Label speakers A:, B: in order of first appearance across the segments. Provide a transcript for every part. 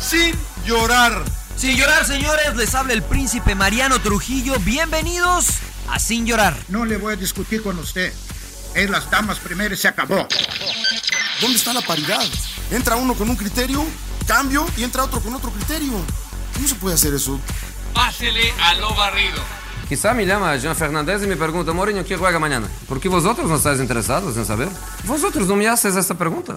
A: sin llorar.
B: Sin llorar, señores, les habla el príncipe Mariano Trujillo. Bienvenidos a Sin llorar.
C: No le voy a discutir con usted. Es las damas primero y se acabó.
D: ¿Dónde está la paridad? Entra uno con un criterio, cambio y entra otro con otro criterio. ¿Cómo se puede hacer eso?
E: Pásele a lo barrido.
F: Quizá me llama Jean Fernández y me pregunta, Mourinho, ¿qué
G: e
F: juega mañana? Porque vosotros no estáis interesados en saber. Vosotros no me haces esta pregunta.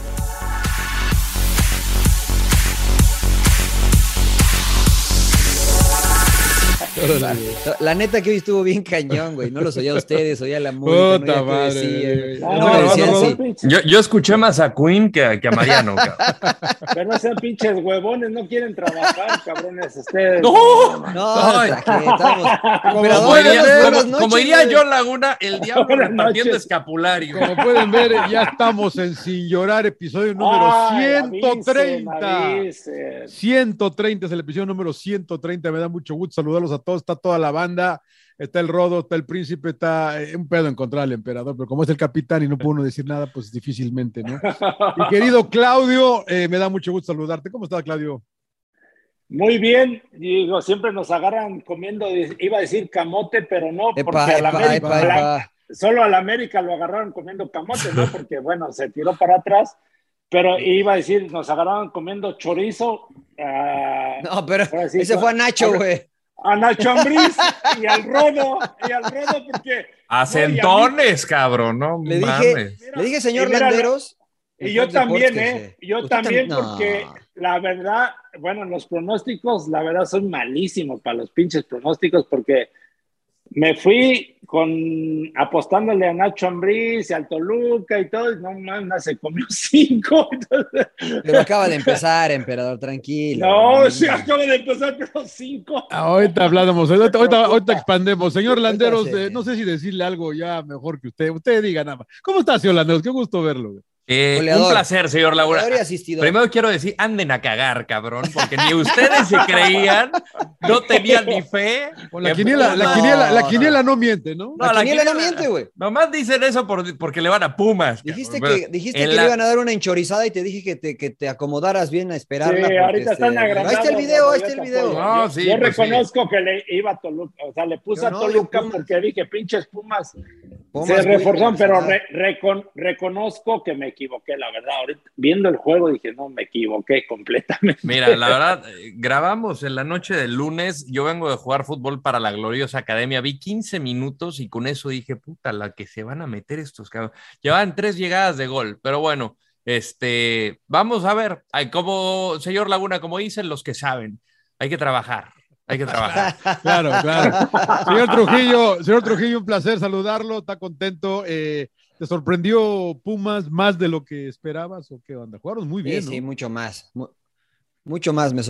H: La, la neta que hoy estuvo bien cañón, güey. No los oía a ustedes, oía a la música. no oía madre, decían, no, no, no, decían,
G: sí. yo, yo, escuché más a Queen que, que a Mariano,
I: cabrón. Pero no sean pinches huevones, no quieren trabajar, cabrones, ustedes.
H: ¡No! No,
G: como, diría, como, como diría John Laguna, el diablo repartiendo escapulario.
J: Como pueden ver, ya estamos en Sin Llorar, episodio número Ay, 130. Avisen, avisen. 130 es el episodio número 130. Me da mucho gusto saludarlos a todos, está toda la banda, está el Rodo, está el Príncipe, está eh, un pedo encontrar al emperador, pero como es el capitán y no pudo uno decir nada, pues difícilmente, ¿no? Mi querido Claudio, eh, me da mucho gusto saludarte. ¿Cómo está, Claudio?
I: Muy bien, digo, siempre nos agarran comiendo, iba a decir camote, pero no, porque epa, a la epa, América, epa, solo a la América lo agarraron comiendo camote, ¿no? Porque, bueno, se tiró para atrás. Pero iba a decir, nos agarraron comiendo chorizo. Uh,
H: no, pero decir, ese fue a Nacho, güey
I: a Nacho Ambriz y al Rodo, y al Rodo porque...
G: Acentones, no, cabrón, no
H: le dije, mira, le dije, señor y mira, Landeros...
I: Y yo también, ¿eh? Yo también, tam porque no. la verdad, bueno, los pronósticos, la verdad, son malísimos para los pinches pronósticos, porque me fui con apostándole a Nacho Ambriz y al Toluca y todo, y no manda, se comió cinco. Entonces...
H: Pero acaba de empezar, emperador, tranquilo.
I: No, no, se acaba de empezar, pero cinco.
J: Ahorita hablamos, ahorita, ahorita, ahorita expandemos. Señor Landeros, eh, no sé si decirle algo ya mejor que usted, usted diga nada más. ¿Cómo está, señor Landeros? Qué gusto verlo.
G: Eh, un placer, señor Laura. Primero quiero decir, anden a cagar, cabrón, porque ni ustedes se creían, no tenían ni fe.
J: Bueno, la, quiniela, la, Eh, no, quiniela, la quiniela no miente, ¿no?
H: no la, la quiniela, quiniela, no miente, güey.
G: Nomás dicen eso por, porque le van a Pumas.
H: Dijiste cabrón, que, dijiste que le iban a dar una enchorizada y te dije que te, que te acomodaras bien a esperarla.
I: Sí, ahorita están este,
H: Ahí está el video, ahí está el video.
I: No, sí, yo pues reconozco sí. que le iba a Toluca, o sea, le puse a Toluca porque dije, pinches Pumas. Pumas se reforzaron,
H: Ah.
I: pero re, recon, reconozco que me equivoqué, la verdad. Ahorita, viendo el juego dije, no, me equivoqué completamente.
G: Mira, la verdad, eh, grabamos en la noche del lunes. Yo vengo de jugar fútbol para la gloriosa academia. Vi 15 minutos y con eso dije, puta, la que se van a meter estos cabrones. Llevaban tres llegadas de gol, pero bueno, este, vamos a ver. como, señor Laguna, como dicen los que saben, hay que trabajar. Hay que trabajar.
J: Claro, claro. Señor Trujillo, señor Trujillo, un placer saludarlo. Está contento. Eh, ¿Te sorprendió Pumas más de lo que esperabas o qué onda? Jugaron muy bien.
H: Sí,
J: ¿no?
H: sí, mucho más. Mu mucho más, me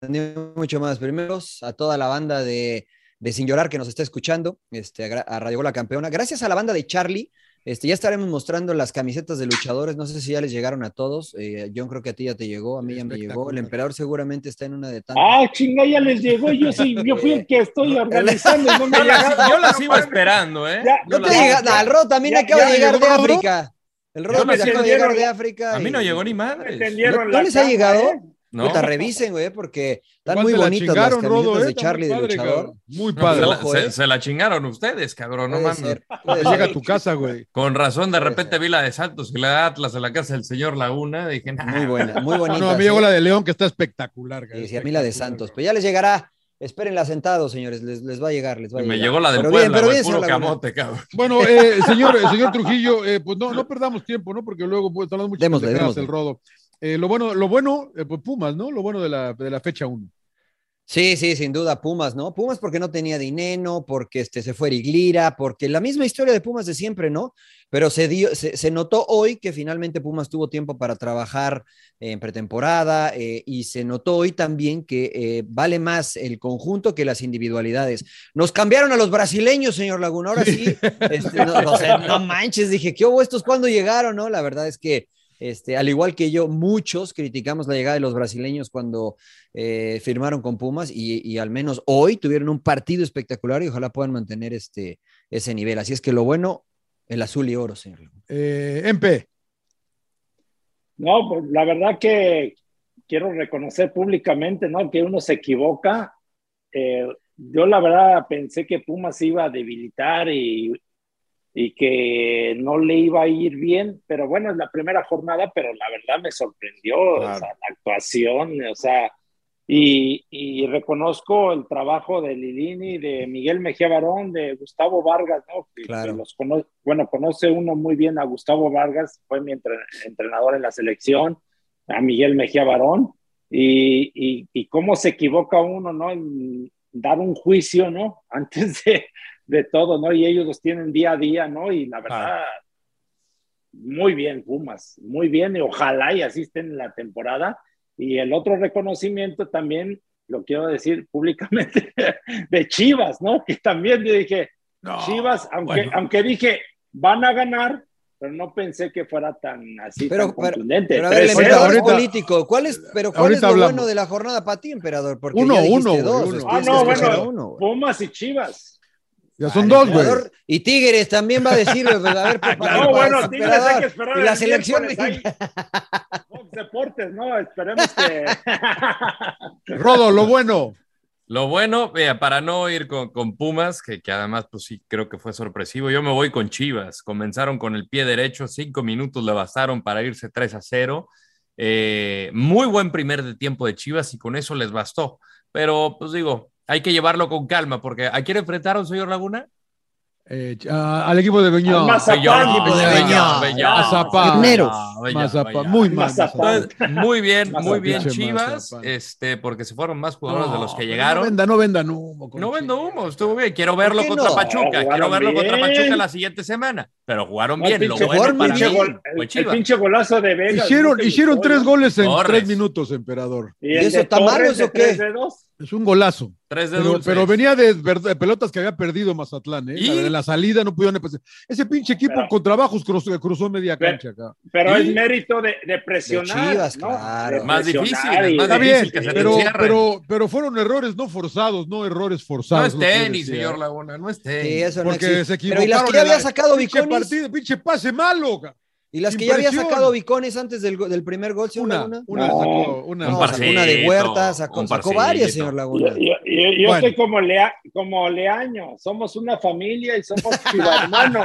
H: sorprendió mucho más. Primero, a toda la banda de, de, Sin Llorar que nos está escuchando, este, a Radio La Campeona. Gracias a la banda de Charlie. Este, ya estaremos mostrando las camisetas de luchadores. No sé si ya les llegaron a todos. Eh, yo creo que a ti ya te llegó, a mí ya me llegó. El emperador seguramente está en una de tantas.
I: Ah, chinga, ya les llegó. Yo, soy, yo fui el que estoy organizando. No me
G: yo, las, yo las iba esperando, ¿eh? Ya,
H: no te llega, no, al Ro también ya, acaba ya de llegar llegó, de África. El Ro acaba de llegar de África.
G: A mí no llegó ni madre.
H: ¿No, ¿no les cama, ha llegado? Eh? No. Puta, revisen, güey, porque están muy la bonitas las camisetas Rodo, eh, de Charlie de Luchador.
J: Cabrón. Muy padre.
G: No, se, la, Ojo, se, eh. se, la, chingaron ustedes, cabrón, no mames.
J: Llega a tu casa, güey.
G: Con razón, de repente vi la de Santos y la de Atlas en la casa del señor Laguna. Dije, nah.
H: Muy buena, muy bonita.
J: No, a mí llegó la de León, que está espectacular.
H: Güey. Sí, sí, a mí la de Santos. Pues ya les llegará. Espérenla sentados, señores, les, les, va a llegar, les va a
G: Me
H: llegar.
G: llegó la de pero Puebla, bien, pero bien, puro camote, cabrón.
J: Bueno, eh, señor, señor Trujillo, pues no, no perdamos tiempo, ¿no? Porque luego pues, hablando mucho
H: de
J: el rodo. Eh, lo bueno, lo bueno eh, pues Pumas, ¿no? Lo bueno de la, de la fecha 1.
H: Sí, sí, sin duda, Pumas, ¿no? Pumas porque no tenía dinero, porque este, se fue Riglira, porque la misma historia de Pumas de siempre, ¿no? Pero se, dio, se, se notó hoy que finalmente Pumas tuvo tiempo para trabajar eh, en pretemporada eh, y se notó hoy también que eh, vale más el conjunto que las individualidades. Nos cambiaron a los brasileños, señor Laguna, ahora sí. Este, no, no, sé, no, manches, dije, ¿qué hubo estos cuando llegaron, no? La verdad es que este, al igual que yo, muchos criticamos la llegada de los brasileños cuando eh, firmaron con Pumas y, y, al menos hoy tuvieron un partido espectacular y ojalá puedan mantener este, ese nivel. Así es que lo bueno, el azul y oro, señor.
J: Eh, MP.
I: No, pues la verdad que quiero reconocer públicamente ¿no? que uno se equivoca. Eh, yo la verdad pensé que Pumas iba a debilitar y, y que no le iba a ir bien, pero bueno, es la primera jornada, pero la verdad me sorprendió claro. o sea, la actuación, o sea, y, y, reconozco el trabajo de Lilini, de Miguel Mejía Barón, de Gustavo Vargas, ¿no? Claro. Que los cono bueno, conoce uno muy bien a Gustavo Vargas, fue mi entre entrenador en la selección, a Miguel Mejía Barón, y, y, y cómo se equivoca uno, ¿no? En dar un juicio, ¿no? Antes de, de todo, ¿no? Y ellos los tienen día a día, ¿no? Y la verdad, ah. muy bien, Pumas, muy bien, y ojalá y asisten en la temporada. Y el otro reconocimiento también, lo quiero decir públicamente, de Chivas, ¿no? Que también yo dije, no, Chivas, aunque, bueno. aunque dije, van a ganar, pero no pensé que fuera tan así
H: pero,
I: tan pero, contundente.
H: Pero, a ver, el emperador ahorita, político, ¿cuál es, pero cuál es lo hablamos. bueno de la jornada para ti, emperador? Porque
J: uno,
H: ya
J: uno,
H: dos,
J: uno.
I: Ah, no, bueno, uno, Pumas y Chivas.
J: Ya son dos, güey.
H: Y Tigres también va a decir, a ver,
I: pues, No, bueno, Tigres hay que esperar.
H: Y la selección de...
I: Fox pues, Deportes, ¿no? Esperemos que.
J: Rodo, lo bueno.
G: Lo bueno, eh, para no ir con, con Pumas, que, que, además, pues sí, creo que fue sorpresivo, yo me voy con Chivas. Comenzaron con el pie derecho, cinco minutos le bastaron para irse 3 a 0. Eh, muy buen primer de tiempo de Chivas y con eso les bastó. Pero, pues digo, hay que llevarlo con calma, porque ¿a quién enfrentaron, señor Laguna?
J: Eh, uh, al equipo de Beñón.
I: Mazapán, equipo de Beñón.
J: Beñón. Mazapán. Beñón. Mazapán. Muy mal.
G: Mazapán. Muy bien, Mazapán. muy bien, Chivas, este, porque se fueron más jugadores no, de los que llegaron.
J: No venda, no vendan humo.
G: No vendo humo, estuvo bien. Quiero verlo contra no? Pachuca. Quiero verlo bien. contra Pachuca la siguiente semana. Pero jugaron bien. Lo bueno
I: gol, para mí, gol, el, el, pinche golazo de Vega.
J: Hicieron, hicieron tres goles en Torres. tres minutos, emperador.
H: ¿Y, eso está mal o qué?
J: Es un golazo.
G: Tres de
J: pero,
G: dulces.
J: pero venía de, de, pelotas que había perdido Mazatlán, ¿eh? ¿Y? La, de la salida no pudieron empezar. Ese pinche equipo pero, con trabajos cruzó, cruzó media cancha
I: acá. Pero, pero es mérito de, de presionar. De Chivas, ¿no?
G: claro. Es más difícil. Es más Está difícil bien, que se
J: pero, pero, pero, fueron errores no forzados, no errores forzados.
G: No es tenis, señor
J: ¿eh?
G: Laguna, no es tenis. Sí,
H: eso Porque no se equivocaron. Pero ¿y las que ya había sacado
J: pinche, partido, pinche pase malo, cara.
H: Y las que Impresión. ya había sacado Bicones antes del, del primer gol, señor
J: una,
H: Laguna.
J: Una, no, sacó, una,
H: no, parcito, sacó una de Huerta, sacó, sacó, varias, señor Laguna.
I: Yo, yo, yo bueno. soy como, Lea, como Leaño, somos una familia y somos hermanos.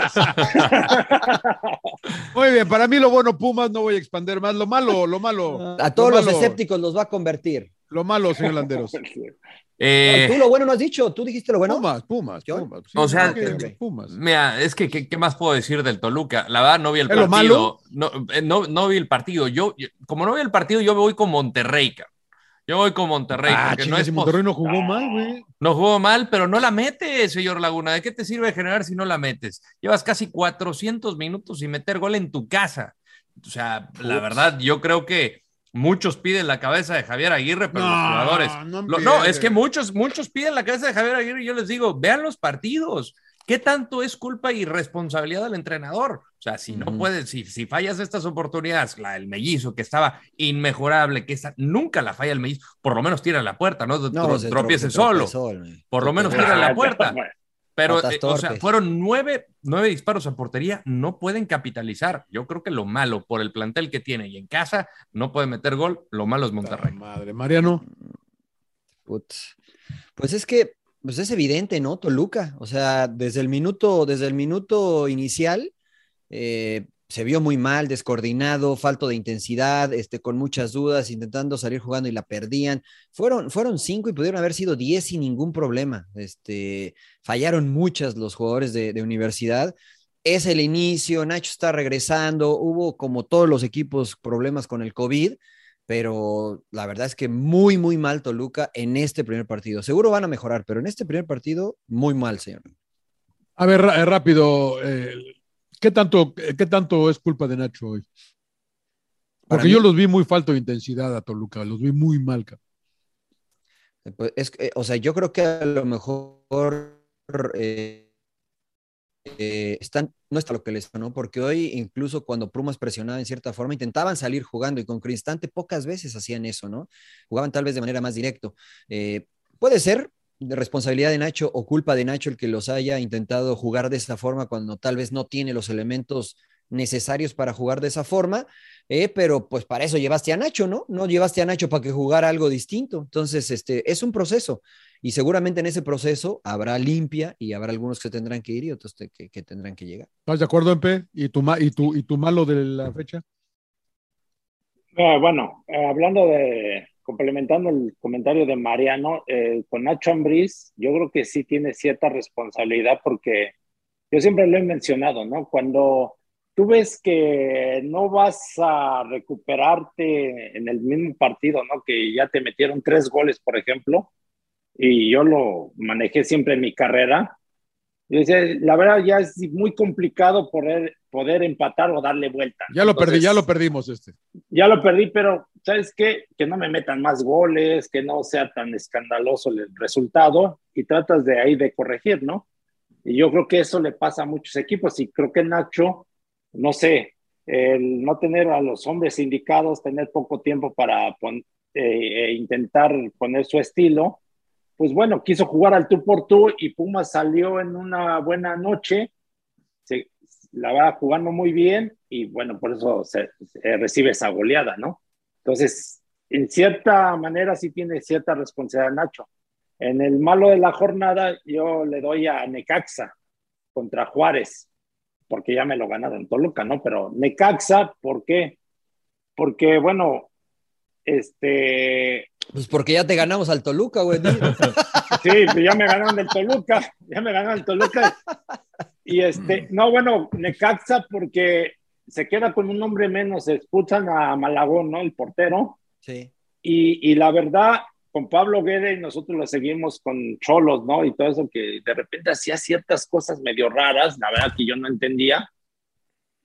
J: Muy bien, para mí lo bueno, Pumas, no voy a expander más. Lo malo, lo malo.
H: A todos
J: lo
H: los escépticos los va a convertir.
J: Lo malo, señor Landeros.
H: Eh, tú lo bueno no has dicho, tú dijiste lo bueno.
J: Pumas, Pumas, Pumas.
G: Sí, o sea, okay, okay. Pumas. Mira, es que ¿qué, más puedo decir del Toluca? La verdad, no vi el partido. Lo malo? No, eh, no, no, vi el partido. Yo, como no vi el partido, yo me voy con Monterrey, cabrón. Yo voy con Monterrey.
J: Ah,
G: porque
J: chile, no es Monterrey no jugó ah, mal, güey.
G: No jugó mal, pero no la metes, señor Laguna. ¿De qué te sirve generar si no la metes? Llevas casi 400 minutos sin meter gol en tu casa. O sea, Ups. la verdad, yo creo que Muchos piden la cabeza de Javier Aguirre, pero no, los jugadores. No, lo, no, es que muchos, muchos piden la cabeza de Javier Aguirre y yo les digo, vean los partidos. ¿Qué tanto es culpa y responsabilidad del entrenador? O sea, si no mm. puedes, si, si, fallas estas oportunidades, la del mellizo que estaba inmejorable, que esa, nunca la falla el mellizo, por lo menos tira la puerta, no, no se tropiece solo. Sol, por lo menos tira la puerta. Pero, eh, o sea, fueron nueve, nueve, disparos a portería, no pueden capitalizar. Yo creo que lo malo, por el plantel que tiene y en casa, no puede meter gol, lo malo es Monterrey.
J: La madre, Mariano.
H: Putz. Pues es que, pues es evidente, ¿no? Toluca, o sea, desde el minuto, desde el minuto inicial, eh, se vio muy mal, descoordinado, falto de intensidad, este, con muchas dudas, intentando salir jugando y la perdían. Fueron, fueron cinco y pudieron haber sido diez sin ningún problema. Este, fallaron muchas los jugadores de, de universidad. Es el inicio, Nacho está regresando, hubo como todos los equipos problemas con el COVID, pero la verdad es que muy, muy mal Toluca en este primer partido. Seguro van a mejorar, pero en este primer partido, muy mal, señor.
J: A ver, rápido, eh, ¿qué, tanto, eh, ¿qué tanto es culpa de Nacho hoy? Porque mí, yo los vi muy falto de intensidad a Toluca, los vi muy mal.
H: Pues es, eh, o sea, yo creo que a lo mejor eh, eh, están, no está lo que les ¿no? Porque hoy, incluso cuando Pumas presionaba en cierta forma, intentaban salir jugando y con Cristante pocas veces hacían eso, ¿no? Jugaban tal vez de manera más directo. Eh, puede ser, de responsabilidad de Nacho o culpa de Nacho el que los haya intentado jugar de esa forma cuando tal vez no tiene los elementos necesarios para jugar de esa forma, eh, pero pues para eso llevaste a Nacho, ¿no? No llevaste a Nacho para que jugara algo distinto. Entonces, este es un proceso y seguramente en ese proceso habrá limpia y habrá algunos que tendrán que ir y otros te, que, que, tendrán que llegar.
J: ¿Estás de acuerdo, Empe? ¿Y tu, y tu, y tu malo de la fecha?
I: Eh, bueno, eh, hablando de, complementando el comentario de Mariano, eh, con Nacho Ambriz, yo creo que sí tiene cierta responsabilidad porque yo siempre lo he mencionado, ¿no? Cuando tú ves que no vas a recuperarte en el mismo partido, ¿no? Que ya te metieron tres goles, por ejemplo, y yo lo manejé siempre en mi carrera. Yo decía, la verdad ya es muy complicado poder, poder empatar o darle vuelta.
J: Ya lo Entonces, perdí, ya lo perdimos este.
I: Ya lo perdí, pero ¿sabes qué? Que no me metan más goles, que no sea tan escandaloso el resultado y tratas de ahí de corregir, ¿no? Y yo creo que eso le pasa a muchos equipos y creo que Nacho, no sé, el no tener a los hombres indicados, tener poco tiempo para pon eh, intentar poner su estilo, pues bueno, quiso jugar al tú por tú y Puma salió en una buena noche, se, la va jugando muy bien y bueno, por eso se, se eh, recibe esa goleada, ¿no? Entonces, en cierta manera sí tiene cierta responsabilidad Nacho. En el malo de la jornada yo le doy a Necaxa contra Juárez, porque ya me lo ganaron Toluca, ¿no? Pero Necaxa, ¿por qué? Porque, bueno, este...
H: Pues porque ya te ganamos al Toluca, güey.
I: sí, pues ya me ganaron el Toluca, ya me ganaron el Toluca. Y este, no, bueno, Necaxa porque se queda con un hombre menos, se expulsan a Malagón, ¿no? El portero.
H: Sí.
I: Y, y la verdad, con Pablo Guerra y nosotros lo seguimos con Cholos, ¿no? Y todo eso que de repente hacía ciertas cosas medio raras, la verdad que yo no entendía.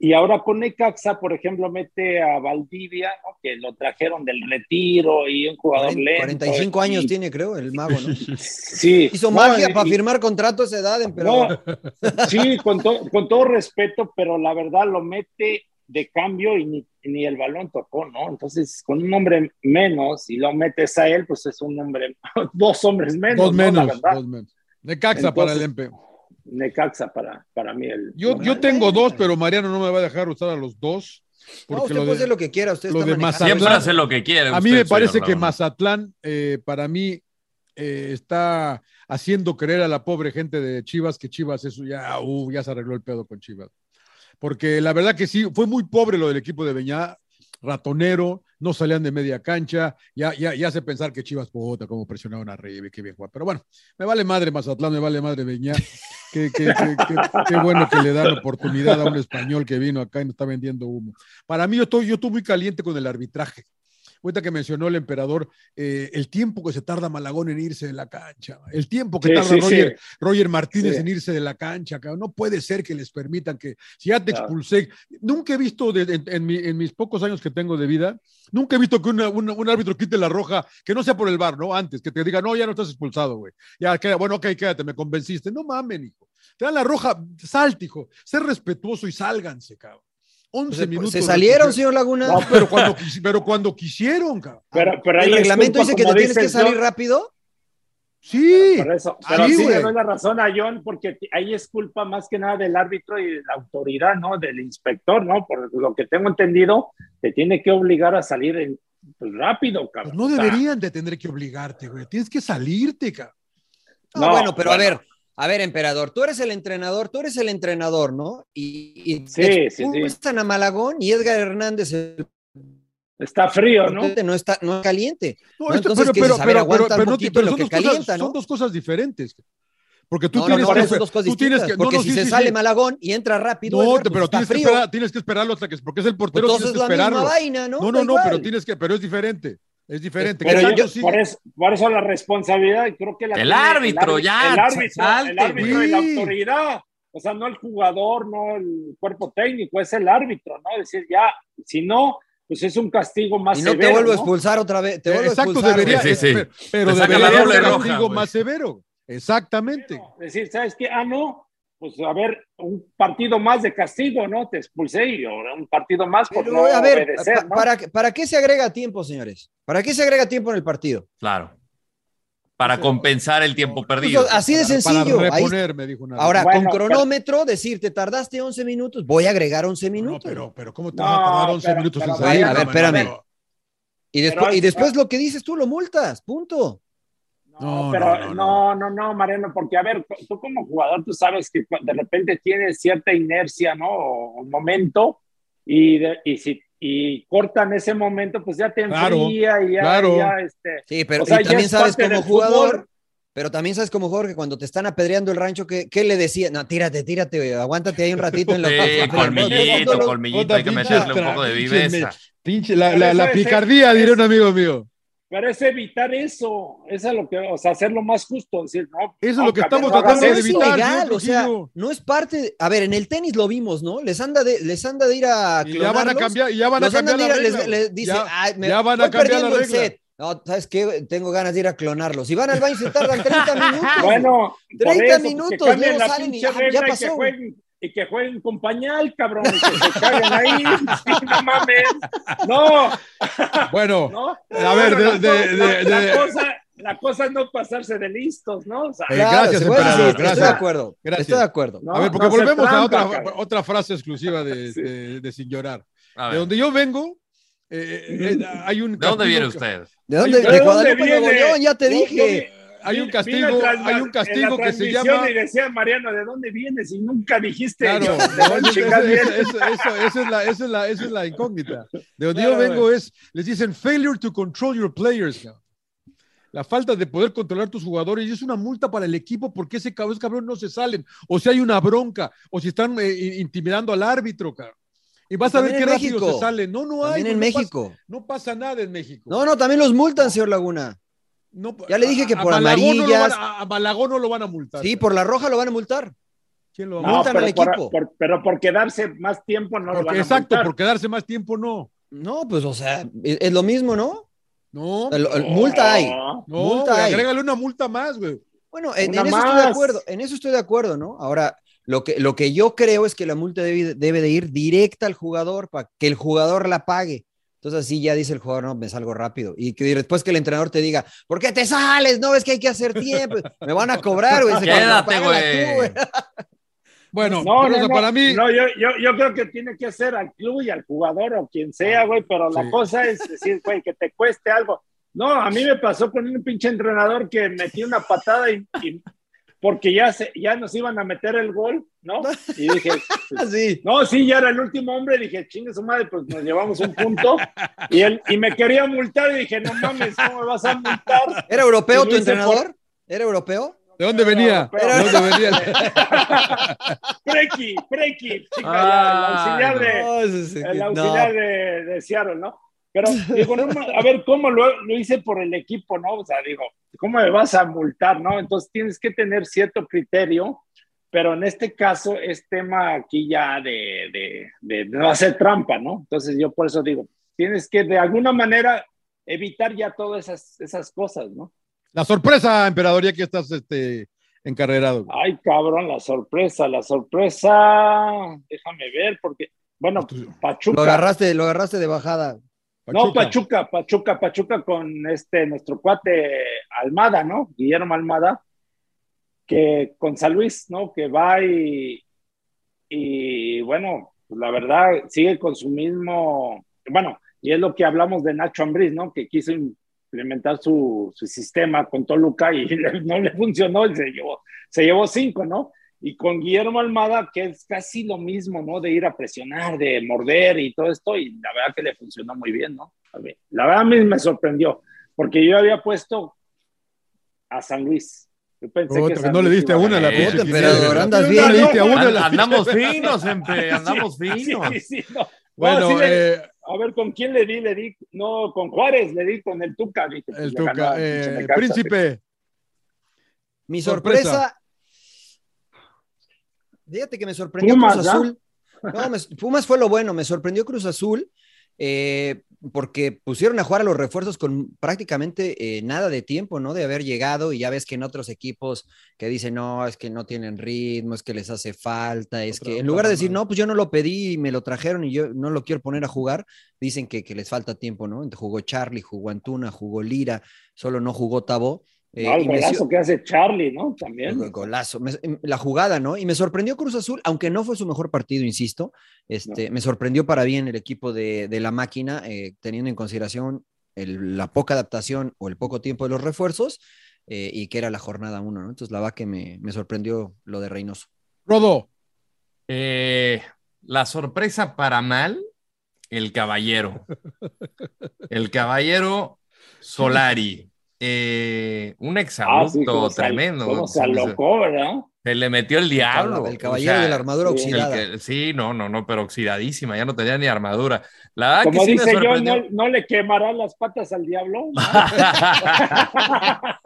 I: Y ahora con Necaxa, por ejemplo, mete a Valdivia, ¿no? que lo trajeron del retiro y un jugador 40, lento.
H: 45 años y... tiene, creo, el mago, ¿no?
I: Sí.
H: Hizo no, magia y... para firmar contrato a esa edad, pero...
I: No, sí, con, to con todo respeto, pero la verdad lo mete de cambio y ni, ni, el balón tocó, ¿no? Entonces, con un hombre menos y lo metes a él, pues es un hombre, dos hombres menos.
J: Dos menos,
I: ¿no?
J: dos menos. Necaxa Entonces, para el empe.
I: Necaxa para, para mí. El,
J: yo, yo el tengo dos, pero Mariano no me va a dejar usar a los dos. Porque no,
H: usted lo de, puede hacer lo que quiera. Usted
G: lo de Mazatlán, hace lo que quiere.
J: A mí me parece señor, que Ramón. Mazatlán, eh, para mí, eh, está haciendo creer a la pobre gente de Chivas que Chivas, eso ya, uh, ya se arregló el pedo con Chivas porque la verdad que sí, fue muy pobre lo del equipo de Beñá, ratonero, no salían de media cancha, ya, ya, ya hace pensar que Chivas Bogotá como presionaron arriba y qué bien Pero bueno, me vale madre Mazatlán, me vale madre Beñá, qué, qué, qué, qué, bueno que le dan oportunidad a un español que vino acá y nos está vendiendo humo. Para mí yo estoy, yo estoy muy caliente con el arbitraje. Ahorita que mencionó el emperador, eh, el tiempo que se tarda Malagón en irse de la cancha, el tiempo que sí, tarda sí, Roger, sí. Roger, Martínez en irse de la cancha, cabrón. no puede ser que les permitan que, si ya te claro. expulsé, nunca he visto de, en, en, mi, en, mis pocos años que tengo de vida, nunca he visto que una, una, un árbitro quite la roja, que no sea por el bar, ¿no? Antes, que te diga, no, ya no estás expulsado, güey. Ya, queda, bueno, ok, quédate, me convenciste. No mamen, hijo. Te dan la roja, salte, hijo. Sé respetuoso y sálganse, cabrón. 11
H: Pues, se,
J: minutos.
H: Se salieron, de... señor Laguna.
J: No, pero cuando, pero cuando quisieron, cabrón.
I: Pero, pero
H: el reglamento culpa, dice que te tienes que salir John. rápido.
J: Sí.
I: Pero, por eso, pero sí, sí le doy la razón a John, porque ahí es culpa más que nada del árbitro y de la autoridad, ¿no? Del inspector, ¿no? Por lo que tengo entendido, te tiene que obligar a salir en, pues, rápido, cabrón.
J: Pues no deberían de tener que obligarte, güey. Tienes que salirte, cabrón.
H: No, no bueno, pero bueno. a ver, a ver, emperador, tú eres el entrenador, tú eres el entrenador, ¿no? Y, y
I: sí, sí, sí.
H: están a Malagón y Edgar Hernández el...
I: está frío, ¿no?
H: No está, no es caliente. No, esto, ¿no? Entonces, pero, pero, pero, pero,
J: pero son, dos cosas, son dos cosas diferentes. Porque tú
H: No, no, no,
J: tienes que.
H: por eso son dos cosas
J: tú tienes
H: distintas,
J: que- no,
H: porque
J: no,
H: si
J: sí,
H: se
J: sí,
H: sale
J: sí.
H: Malagón y entra rápido,
J: No,
H: Edmond,
J: te- pero
H: pues está
J: tienes que,
H: frío. Pues
J: esperar, tienes que esperarlo hasta que. Porque es el portero,
H: Entonces
J: tienes que
H: es la misma
J: esperarlo.
H: vaina, ¿no?
J: No, no,
H: Da
J: no,
H: igual.
J: pero tienes que. Pero es diferente. Es diferente.
I: Pero
J: ¿Qué
I: yo-
J: tanto sí?
I: por, eso, por eso la responsabilidad, creo que la
G: El
I: tiene
G: árbitro,
I: el
G: ya,
I: El
H: pues,
I: árbitro,
G: salte,
I: el árbitro y la
G: güey.
I: autoridad. O sea, no el jugador, no el cuerpo técnico, es el árbitro, ¿no? Es decir, ya, si no, pues es un castigo más
H: Y no te
I: severo,
H: vuelvo a
I: ¿no?
H: expulsar otra vez. Te
I: Eh,
H: vuelvo a
I: exacto,
H: expulsar,
I: debería-
H: güey.
I: Sí, sí, sí.
J: Pero
I: Te saca
J: debería
I: la doble
J: haber un
I: roja,
J: castigo
I: güey.
J: más severo. Exactamente.
I: Es decir, ¿sabes qué? Ah, no, pues a ver, un partido más de castigo, ¿no? Te expulsé y ahora un partido más por
H: Pero,
I: no
H: a ver,
I: obedecer,
H: pa-
I: ¿no?
H: para, ¿para qué se agrega tiempo, señores? ¿Para qué se agrega tiempo en el partido?
G: Claro. Para compensar el tiempo perdido.
H: Pues, así de
G: Para- para
H: sencillo. Ahí-
G: reponer, me dijo una vez.
H: Ahora,
G: Bueno,
H: con
G: pero-
H: cronómetro, decir, te tardaste 11 minutos, voy a agregar 11 minutos. pero,
J: pero ¿cómo
H: te
J: vas a tardar 11 minutos en salir,
H: A ver,
J: Manolo?
H: espérame. Y
I: Pero
H: después,
I: ahí
H: y
I: está.
H: después lo que dices tú, lo multas, punto.
I: No, pero no no no. Mariano, porque a ver, tú como jugador, tú sabes que de repente tienes cierta inercia, ¿no? O un momento, y, de- y si y cortan ese momento, pues ya te
H: Claro,
I: enfría y ya,
H: claro.
I: ya, este.
H: Sí, pero
I: o sea,
H: y
I: ya
H: también
I: es
H: sabes
I: parte
H: como
I: del fútbol.
H: jugador, pero también sabes como jugador que cuando te están apedreando el rancho, ¿qué, qué le decían? No, tírate, tírate, aguántate ahí un ratito en los
G: Sí, colmillito,
H: Otra
G: colmillito, hay que
J: pinche
G: meterle un poco de
J: pinche me-
G: viveza.
J: Pinche, la,
I: Pero
J: la, la
I: eso es-
J: picardía, diría un amigo mío.
I: Pero es evitar eso, eso es lo que, o sea, hacerlo más justo, decir, no.
J: Eso
I: no, cabrón, no hagas
H: Pero
I: eso.
H: es ilegal, o sea, no es parte. de- a ver, en el tenis lo vimos, ¿no? Les anda de, les anda de ir a.
J: Y ya van a
H: clonarlos,
J: cambiar- y ya van a
H: los andan
J: cambiar
H: de
J: la
H: ir Les,
J: regla.
H: les dice,
J: Ya-
H: "Ay, me
J: ya van a
H: voy
J: cambiar
H: perdiendo
J: la
H: el
J: regla".
H: set. No, ¿sabes qué? Tengo ganas de ir a clonarlos. Y van al baño y se tardan 30 minutos.
I: Bueno, por
H: 30
I: eso, pues, que
H: minutos,
I: cambien
H: luego
I: la
H: salen y
I: pinche
H: "Ah,
I: regla
H: ya
I: y que
H: pasó. güey".
I: jueguen- Y que jueguen con pañal, cabrón, y que se caguen ahí. Sí, no mames. No,
J: Bueno,
I: ¿no?
J: a ver, de- de-
I: Bueno, la cosa-
J: de-
I: la,
J: de-
I: cosa, la cosa es no pasarse de listos, ¿no? O sea,
J: Eh, gracias,
H: se puede
J: emperador,
H: decir,
J: gracias.
H: estoy de acuerdo,
J: Gracias.
H: estoy de acuerdo.
J: a ver, porque
H: No, no se
J: volvemos a
H: trampa,
J: otra,
H: cabrón.
J: otra frase exclusiva de, de- de Sin Llorar.
G: A
J: De
G: ver.
J: donde yo vengo, eh, eh, eh, hay un.
G: ¿De dónde
J: castigo
G: viene
J: que-
G: usted?
H: ¿De
J: hay
H: dónde?
J: un
H: De
J: castigo-
H: Guadalupe, Nuevo León, ya te
J: Yo- yo
H: dije.
J: vi- Hay un
I: Mira,
J: castigo,
I: tras la-
J: hay un
I: en la
J: castigo que se
I: transmisión
J: llama.
I: Y decía Mariano, ¿de dónde vienes? Y nunca dijiste.
J: Claro,
I: yo,
J: no,
I: ¿de
J: eso-
I: dónde chingas
J: eso-
I: vienes?
J: eso- eso- esa es la- esa es la- esa es la incógnita. De donde yo
I: Claro,
J: vengo
I: güey.
J: es, les dicen failure to control your players. cabrón. La falta de poder controlar tus jugadores y es una multa para el equipo porque ese cabrón, ese cabrón no se salen. O si hay una bronca, o si están eh, intimidando al árbitro, cabrón. Y vas a ver
H: También
J: qué
H: en
J: rápido
H: México.
J: se salen. No, no hay.
H: También en
J: güey, no
H: México.
J: pasa- no pasa nada en México.
H: No, no, también los multan, señor Laguna.
J: No,
H: Ya le dije que
J: a- a
H: por
J: Malagón no lo van
H: amarillas.
J: a- a Malagón no lo van a multar.
H: Sí, por la roja lo van a multar.
J: ¿Quién lo va a
I: No,
J: multar?
H: Multan al
I: pero por,
H: equipo.
I: por- pero por quedarse más tiempo no lo
J: Porque-
I: van a
J: exacto,
I: multar.
J: por quedarse más tiempo no.
H: No, pues, o sea, es, es lo mismo, ¿no?
J: No.
H: El- el- multa hay.
J: No,
H: multa eh.
J: güey,
H: hay.
J: agrégale una multa más, güey.
H: Bueno, en,
J: Una
H: en eso estoy de
J: más.
H: acuerdo, en eso estoy de acuerdo, ¿no? Ahora, lo que, lo que yo creo es que la multa debe, debe de ir directa al jugador para que el jugador la pague. Entonces así ya dice el jugador, no, me salgo rápido. Y que después que el entrenador te diga, ¿por qué te sales? No, es que hay que hacer tiempo. Me van a cobrar, güey. Dice,
G: Quédate,
H: "Cámara, págala tú,
G: güey.
J: Bueno,
I: No,
J: pero, o
I: no,
J: sea,
I: no.
J: para mí.
I: No, yo, yo, yo creo que tiene que ser al club y al jugador o quien sea, güey, pero la
J: Sí.
I: cosa es decir, güey, que te cueste algo. No, a mí me pasó con un pinche entrenador que metió una patada y, y- porque ya, se, ya nos iban a meter el gol, ¿no? Y dije,
H: Ah,
I: pues, no, sí, ya era el último hombre, dije, chingue su madre, pues nos llevamos un punto. Y, él, y me quería multar y dije, no mames, ¿cómo me vas a multar?
H: ¿Era europeo
I: Y lo
H: tu
I: hice por-
H: entrenador? ¿Era europeo?
J: ¿De dónde venía?
I: Pero-
J: ¿De dónde venía?
I: Preki, Preki, chica,
G: Ah,
I: el auxiliar, de,
H: no, ese sí que-
I: el auxiliar
H: no.
I: de, de Seattle, ¿no? Pero digo, no ma- a ver, ¿cómo lo, lo hice por el equipo, no? O sea, digo, ¿cómo me vas a multar, no? Entonces tienes que tener cierto criterio, pero en este caso es tema aquí ya de, de- de no hacer trampa, ¿no? Entonces yo por eso digo, tienes que de alguna manera evitar ya todas esas, esas cosas, ¿no?
J: La sorpresa, emperador, ya que estás este, encarrerado. güey.
I: Ay, cabrón, la sorpresa, la sorpresa. Déjame ver, porque, bueno,
H: Lo
I: Pachuca.
H: agarraste, lo agarraste de bajada.
I: No, Pachuca, Pachuca, Pachuca con este nuestro cuate Almada, ¿no? Guillermo Almada, que con San Luis, ¿no? Que va y, y bueno, pues, la verdad sigue con su mismo, bueno, y es lo que hablamos de Nacho Ambriz, ¿no? Que quiso implementar su, su sistema con Toluca y le- no le funcionó, y se llevó, se llevó cinco, ¿no? Y con Guillermo Almada, que es casi lo mismo, ¿no? De ir a presionar, de morder y todo esto, y la verdad que le funcionó muy bien, ¿no? A ver, La verdad a mí me sorprendió, porque yo había puesto a San Luis Yo pensé
J: Otra,
I: que
J: que no le diste a una a la
I: Eh,
J: pinche
I: emperador,
J: quiniela.
I: andas
J: No
I: bien.
J: le diste a una a la
G: Andamos
J: pinche-
G: finos, siempre, andamos
I: Sí,
G: finos.
I: sí, sí, no. No,
J: Bueno,
I: sí le-
J: eh,
I: a ver, ¿con quién le di? Le di, no, con Juárez, le di con el Tuca. dije, pues,
J: El
I: le
J: Tuca.
I: ganaba el pinche
J: eh,
I: Necaxa.
J: príncipe.
H: Mi
J: Sorpresa.
H: sorpresa. Fíjate que me sorprendió
I: Pumas,
H: Cruz
I: ¿ya?
H: Azul. No, me- Pumas fue lo bueno, me sorprendió Cruz Azul eh, porque pusieron a jugar a los refuerzos con prácticamente eh, nada de tiempo, ¿no? De haber llegado y ya ves que en otros equipos que dicen, no, es que no tienen ritmo, es que les hace falta, es que en lugar de decir, no, pues yo no lo pedí y me lo trajeron y yo no lo quiero poner a jugar, dicen que, que les falta tiempo, ¿no? Jugó Charlie, jugó Antuna, jugó Lira, solo no jugó Tabó. eh,
I: No, el
H: y me-
I: golazo que hace Charlie, ¿no? También.
H: el golazo, me- em, la jugada, ¿no? Y me sorprendió Cruz Azul, aunque no fue su mejor partido, insisto, este, me sorprendió para bien el equipo de, de la máquina, eh, teniendo en consideración el- la poca adaptación o el poco tiempo de los refuerzos eh, y que era la jornada uno, ¿no? Entonces la va que me, me sorprendió lo de Reynoso.
J: Rodo.
G: Eh, la sorpresa para mal, el caballero. El caballero Solari. Eh, un
I: Ah, sí,
G: exabrupto
I: como se-
G: tremendo.
I: como se alocó, ¿verdad?
G: Se le metió el diablo.
H: El caballero de la armadura
G: el
H: oxidada.
G: que- sí, no, no, no, pero oxidadísima, ya no tenía ni armadura. La verdad
I: Como
G: Ah, que sí me
I: dice yo,
G: sorprendió. Ah,
I: ¿no, no le quemará las patas al diablo?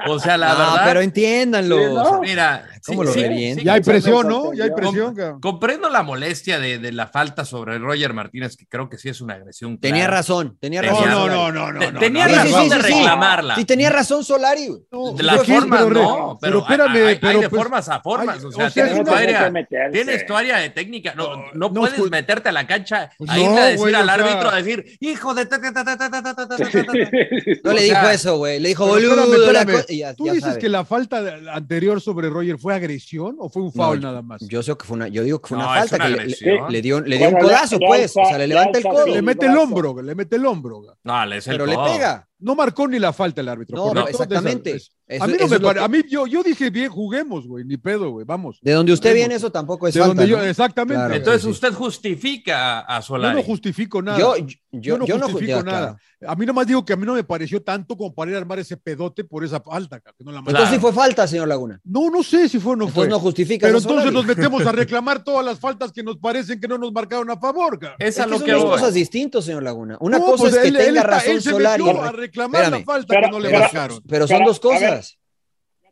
G: O sea, la
H: No,
G: verdad.
H: pero entiéndanlo.
G: Sí, no. Mira,
H: ¿Cómo lo ve bien?
J: Ya hay
G: sí,
J: presión,
G: me
J: ¿no? Ya hay
G: sorprendió.
J: presión,
G: Com-
J: cabrón.
G: comprendo la molestia de, de la falta sobre Roger Martínez, que creo que sí es una agresión. clara.
H: Tenía razón, tenía
G: Tenía-
H: razón.
G: No,
H: Solari.
J: no, no,
G: no, no, Tenía
H: Sí, sí,
G: razón
H: sí,
G: de
H: sí, sí.
G: reclamarla.
H: Sí, tenía razón Solari. güey.
G: De la
J: Sí,
G: forma,
J: pero re-
G: no, pero,
J: pero espérame,
G: hay- hay,
J: pero
G: de
J: pues-
G: formas a formas.
J: Ay,
G: o sea,
J: o sea,
G: tienes,
J: no
G: tu
J: tiene
G: área,
J: que meterse.
G: tienes tu área de técnica. No, no, puedes meterte a la cancha
J: Pues
G: a
J: no,
G: irle a decir
J: güey,
G: al
J: o sea-
G: árbitro, a decir, hijo de. ta, ta, ta, ta, ta, ta, ta, ta, ta, ta, ta".
H: No
G: O
H: le
G: sea,
H: dijo eso, güey. Le dijo,
J: Pero
H: boludo.
J: espérame,
H: la
J: espérame.
H: co-". Y ya-
J: ¿Tú
H: ya
J: dices
H: sabe.
J: que la falta de- anterior sobre Roger fue agresión o fue un foul
H: No,
J: nada más?
H: Yo, sé que fue una, yo digo que fue una
G: No, es
H: falta
G: una
H: que le- le,
G: agresión.
H: le dio, le dio
I: Bueno,
H: un
I: le-
H: codazo,
I: le
H: pues.
I: alza-
H: o sea, le
I: le
H: levanta el
I: alza
H: codo.
I: sí.
J: Le mete el hombro, le mete el hombro.
G: No, le es el
H: pero le
G: codo.
H: pega.
J: No marcó ni la falta el árbitro.
H: No,
J: correcto.
H: no, exactamente.
J: Eso-
H: Eso-
J: a mí no
H: eso
J: me
H: es lo
J: pare-
H: que-
J: a mí yo, yo dije, bien, juguemos, güey, ni pedo, güey, vamos.
H: De donde usted
J: Juguemos.
H: viene, eso tampoco es
J: De
H: falta.
J: donde yo-
H: ¿no?
J: exactamente.
H: Claro,
G: Entonces
H: sí, sí.
G: usted justifica a, a
J: Yo
G: Solari.
J: no justifico nada.
H: Yo, yo,
J: Yo no
H: yo no ju-
J: justifico
H: ya,
J: nada.
H: claro.
J: A mí nomás digo que a mí no me pareció tanto como para ir a armar ese pedote por esa falta. cabrón, Que no, la marcó.
H: Entonces sí fue falta, señor Laguna.
J: no, no sé si fue o no fue.
H: Entonces no justifica.
J: Pero
H: eso,
J: entonces nos
H: Solari.
J: metemos a reclamar todas las faltas que nos parecen que no nos marcaron a favor. cabrón.
G: es a
H: Es que
G: lo
H: son
G: que
H: dos
G: voy.
H: cosas distintas, señor Laguna. Eh, Una
J: No,
H: cosa
J: pues
H: es que
J: él- él
H: tenga
J: está-
H: razón
J: él se
H: Solari.
J: metió a reclamar
H: Espérame.
J: la falta
I: Pero-
J: que no le
H: pero-
J: marcaron.
H: Pero son
I: Pero,
H: dos
I: a ver,
H: cosas.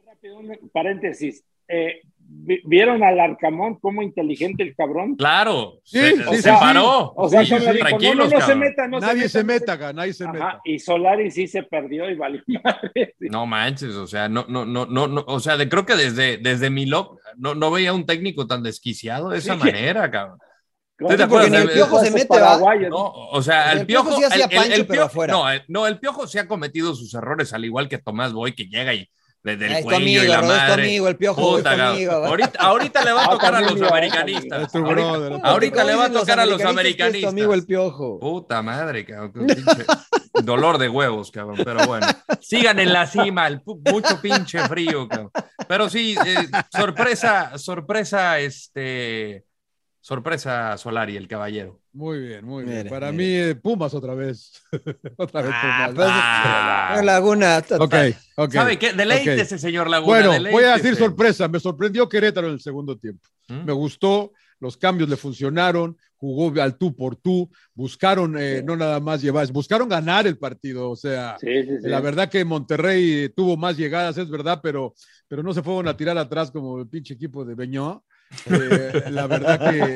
I: Rápido, un paréntesis. Eh, vi- ¿Vieron al Arcamón cómo inteligente el cabrón?
G: Claro,
J: Sí,
G: se,
J: sí,
G: se
J: sí, sí.
G: paró.
I: O sea,
G: Sí,
I: Solari dijo, no, no,
G: tranquilos,
I: no se
G: cabrón.
I: meta, no
J: nadie
I: se
J: se
I: meta.
J: meta, acá, nadie se
I: Ajá,
J: meta.
I: y Solari sí se perdió y valió madre.
G: No manches, o sea, no, no, no, no, no, o sea, de- creo que desde, desde Milok no, no veía un técnico tan desquiciado de esa
I: Sí.
G: manera, cabrón.
I: Claro,
G: te acuerdas
I: porque ni
G: de-
I: el piojo se
H: esos
I: mete ¿va?
H: paraguayos,
G: No, o sea,
H: El
G: el,
H: Piojo
G: piojo,
H: sí hacía
G: el- el- el
H: pancho, pero
G: Piojo-
H: afuera.
G: No, el- no, el piojo se ha cometido sus errores, al igual que Tomás Boy, que llega y desde el
H: Es tu
G: cuello y
H: amigo,
G: la
H: Rodo, es tu
G: madre.
H: amigo, el Piojo,
G: Puta,
H: es tu
G: cabrón.
H: amigo, Ah, ¿va?
G: ahorita, ahorita le va a tocar a
I: también
G: los
I: iba,
J: Es
G: americanistas.
J: tu
G: Ahorita,
J: brother.
H: Ah.
G: ahorita le va a
H: Dicen los
G: tocar a
H: americanistas que es
G: los
H: tu
G: americanistas.
H: amigo el piojo.
G: Puta madre, cabrón. qué pinche Dolor de huevos, cabrón. Pero bueno, sigan en la cima, el pu- mucho pinche frío, cabrón. Pero sí, eh, sorpresa, sorpresa, este, sorpresa Solari, el caballero.
J: Muy bien, muy bien.
H: Mire,
J: Para
H: mire.
J: mí, eh, Pumas otra vez. otra vez
H: Ah,
J: Pumas.
H: pues,
G: Ah.
H: señor Laguna. ta- ta-
J: Ok, ok.
G: ¿Sabe qué? Deleítese,
J: ok.
G: señor Laguna.
J: Bueno, voy a
G: deleítese.
J: decir sorpresa. Me sorprendió Querétaro en el segundo tiempo.
G: ¿Mm?
J: Me gustó, los cambios le funcionaron, jugó al tú por tú, buscaron eh, no nada más llevar, buscaron ganar el partido. O sea,
I: Sí, sí, sí.
J: la verdad que Monterrey tuvo más llegadas, es verdad, pero, pero no se fueron a tirar atrás como el pinche equipo de Beñó. Eh, la verdad que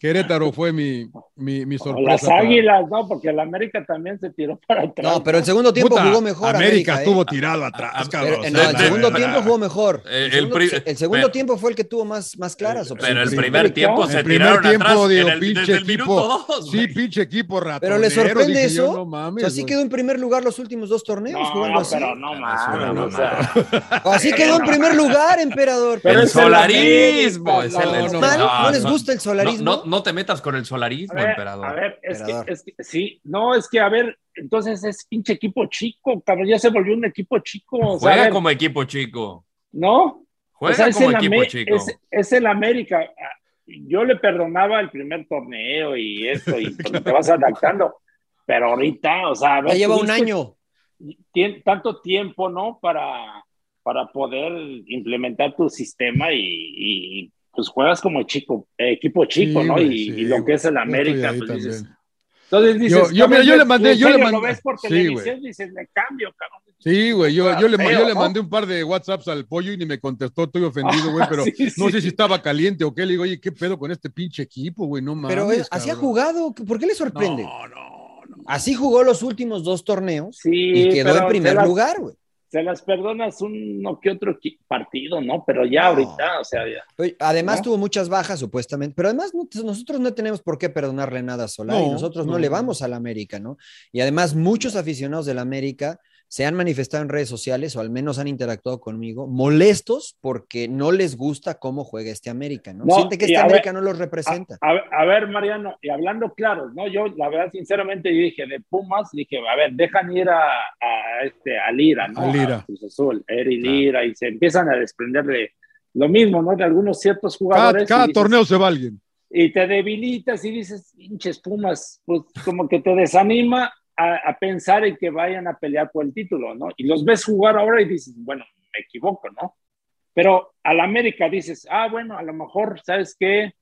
J: Querétaro fue mi, mi, mi
I: O
J: sorpresa.
I: las
J: para-
I: águilas, no, porque el América también se tiró para atrás.
H: No, pero el segundo tiempo
J: Puta,
H: jugó mejor.
J: América,
H: América ¿eh?
J: estuvo tirado atrás,
G: Pero-
H: Pero,
J: cabrón. O
H: eh,
J: sea,
H: no, el
J: la
H: segundo
J: verdad.
H: tiempo jugó mejor.
G: Eh,
H: El
G: el
H: segundo,
G: pri- eh.
H: el segundo
G: pero-
H: tiempo fue el que tuvo más, más claras. pues, opciones.
G: Pero el
J: Sí,
G: primer
I: sí,
G: tiempo
I: claro.
G: se
J: El primer
G: tiraron
J: tiempo,
G: atrás
J: digo,
G: en el-
J: pinche
G: desde el minuto
J: equipo.
G: dos.
J: Sí,
G: güey.
J: pinche equipo ratonero.
H: Pero le sorprende
J: dije yo,
H: eso.
J: no mames,
H: O sea, así
J: güey.
H: quedó en primer lugar los últimos dos torneos.
I: No,
H: jugando
I: no,
H: así.
I: pero no
G: Es una
I: mames. o sea,
G: mamada.
H: así quedó en primer lugar, emperador.
I: Pero
G: el
I: es el
G: solarismo.
I: América,
G: es el-
J: no,
G: es-
J: no,
H: ¿Mal?
J: no,
H: ¿No les gusta el solarismo?
G: No, no- no te metas con el
I: A
G: solarismo,
I: ver,
G: emperador.
I: a ver, es que,
H: Emperador.
I: es que- sí, no, es que a ver, entonces es pinche equipo chico, cabrón, ya se volvió un equipo chico. o sea, pues, a
G: Juega
I: ver, Pues
G: como equipo chico.
I: ¿No?
G: Juega
I: O sea, es
G: como
I: el
G: equipo
I: Ame-
G: chico.
I: Es, es el América. Ah, Yo le perdonaba el primer torneo y esto, y te vas adaptando. Pero ahorita, o sea, a ver,
H: Ya lleva un
I: tuviste
H: año.
I: tien- tanto tiempo, ¿no? Para, para poder implementar tu sistema y, y, pues juegas como chico, eh, equipo chico,
J: Sí,
I: ¿no?
J: güey,
I: Y,
J: sí,
I: y lo que es el
J: estoy
I: América,
J: ahí
I: pues dices.
J: también.
I: Entonces dices,
J: Yo- yo, mira, yo le mandé, yo le mandé.
I: Lo ves por
J: Sí,
I: televisión,
J: güey.
I: dices, le cambio, cabrón.
J: Sí, güey, yo, yo, le,
I: feo,
J: yo le
I: ¿no?
J: mandé un par de WhatsApps al pollo y ni me contestó, estoy ofendido, güey,
I: Ah,
J: pero
I: sí,
J: no
I: sí.
J: sé si estaba caliente o qué. Le digo, oye, ¿qué pedo con este pinche equipo, güey? No mames.
H: Pero es- así ha
J: cabrón.
H: jugado, ¿por qué le sorprende? Así jugó los últimos dos torneos y quedó
I: pero
H: en
I: se
H: primer
I: las-
H: lugar, güey.
I: Se las perdonas uno que otro qui- partido, ¿no? Pero ya ahorita, o sea, ya.
H: Oye, Además
I: ¿No?
H: tuvo muchas bajas, supuestamente, pero además no- nosotros no tenemos por qué perdonarle nada a Solari,
I: No,
H: nosotros no,
I: no.
H: le vamos al América, ¿no? Y además muchos aficionados del América se han manifestado en redes sociales, o al menos han interactuado conmigo, molestos porque no les gusta cómo juega este América, ¿no?
I: No,
H: Siente que
I: y
H: este
I: a ver-
H: América no los representa.
I: A, a ver, Mariano, y hablando claros, ¿no? Yo, la verdad, sinceramente, yo dije, de Pumas, dije, a ver, dejan ir a, a este, a Lira, ¿no?
J: A Lira.
I: Cruz Azul, Eri Lira, y se empiezan a desprender de lo mismo, ¿no? De algunos ciertos jugadores.
J: Cada, cada
I: y dices-
J: torneo se va alguien.
I: Y te debilitas y dices, pinches Pumas, pues como que te desanima a, a pensar en que vayan a pelear por el título, ¿no? Y los ves jugar ahora y dices, bueno, me equivoco, ¿no? Pero al América dices, ah, bueno, a lo mejor, ¿sabes qué?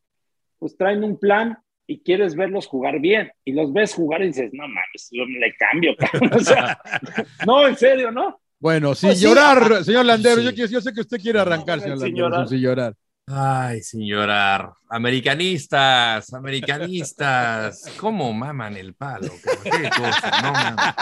I: Pues traen un plan y quieres verlos jugar bien. Y los ves jugar y dices, no mames, lo- le cambio, cabrón. O sea, no, en serio, ¿no?
J: Bueno, sin
I: Pues sí,
J: llorar,
I: ah,
J: señor Landero,
I: sí.
J: yo, quiero- yo sé que usted quiere arrancar, señor
I: sin
J: Landero,
I: llorar.
J: sin llorar.
G: Ay, sin llorar. Americanistas, americanistas. ¿Cómo maman el palo? cabrón? ¿Qué cosa? No, mames.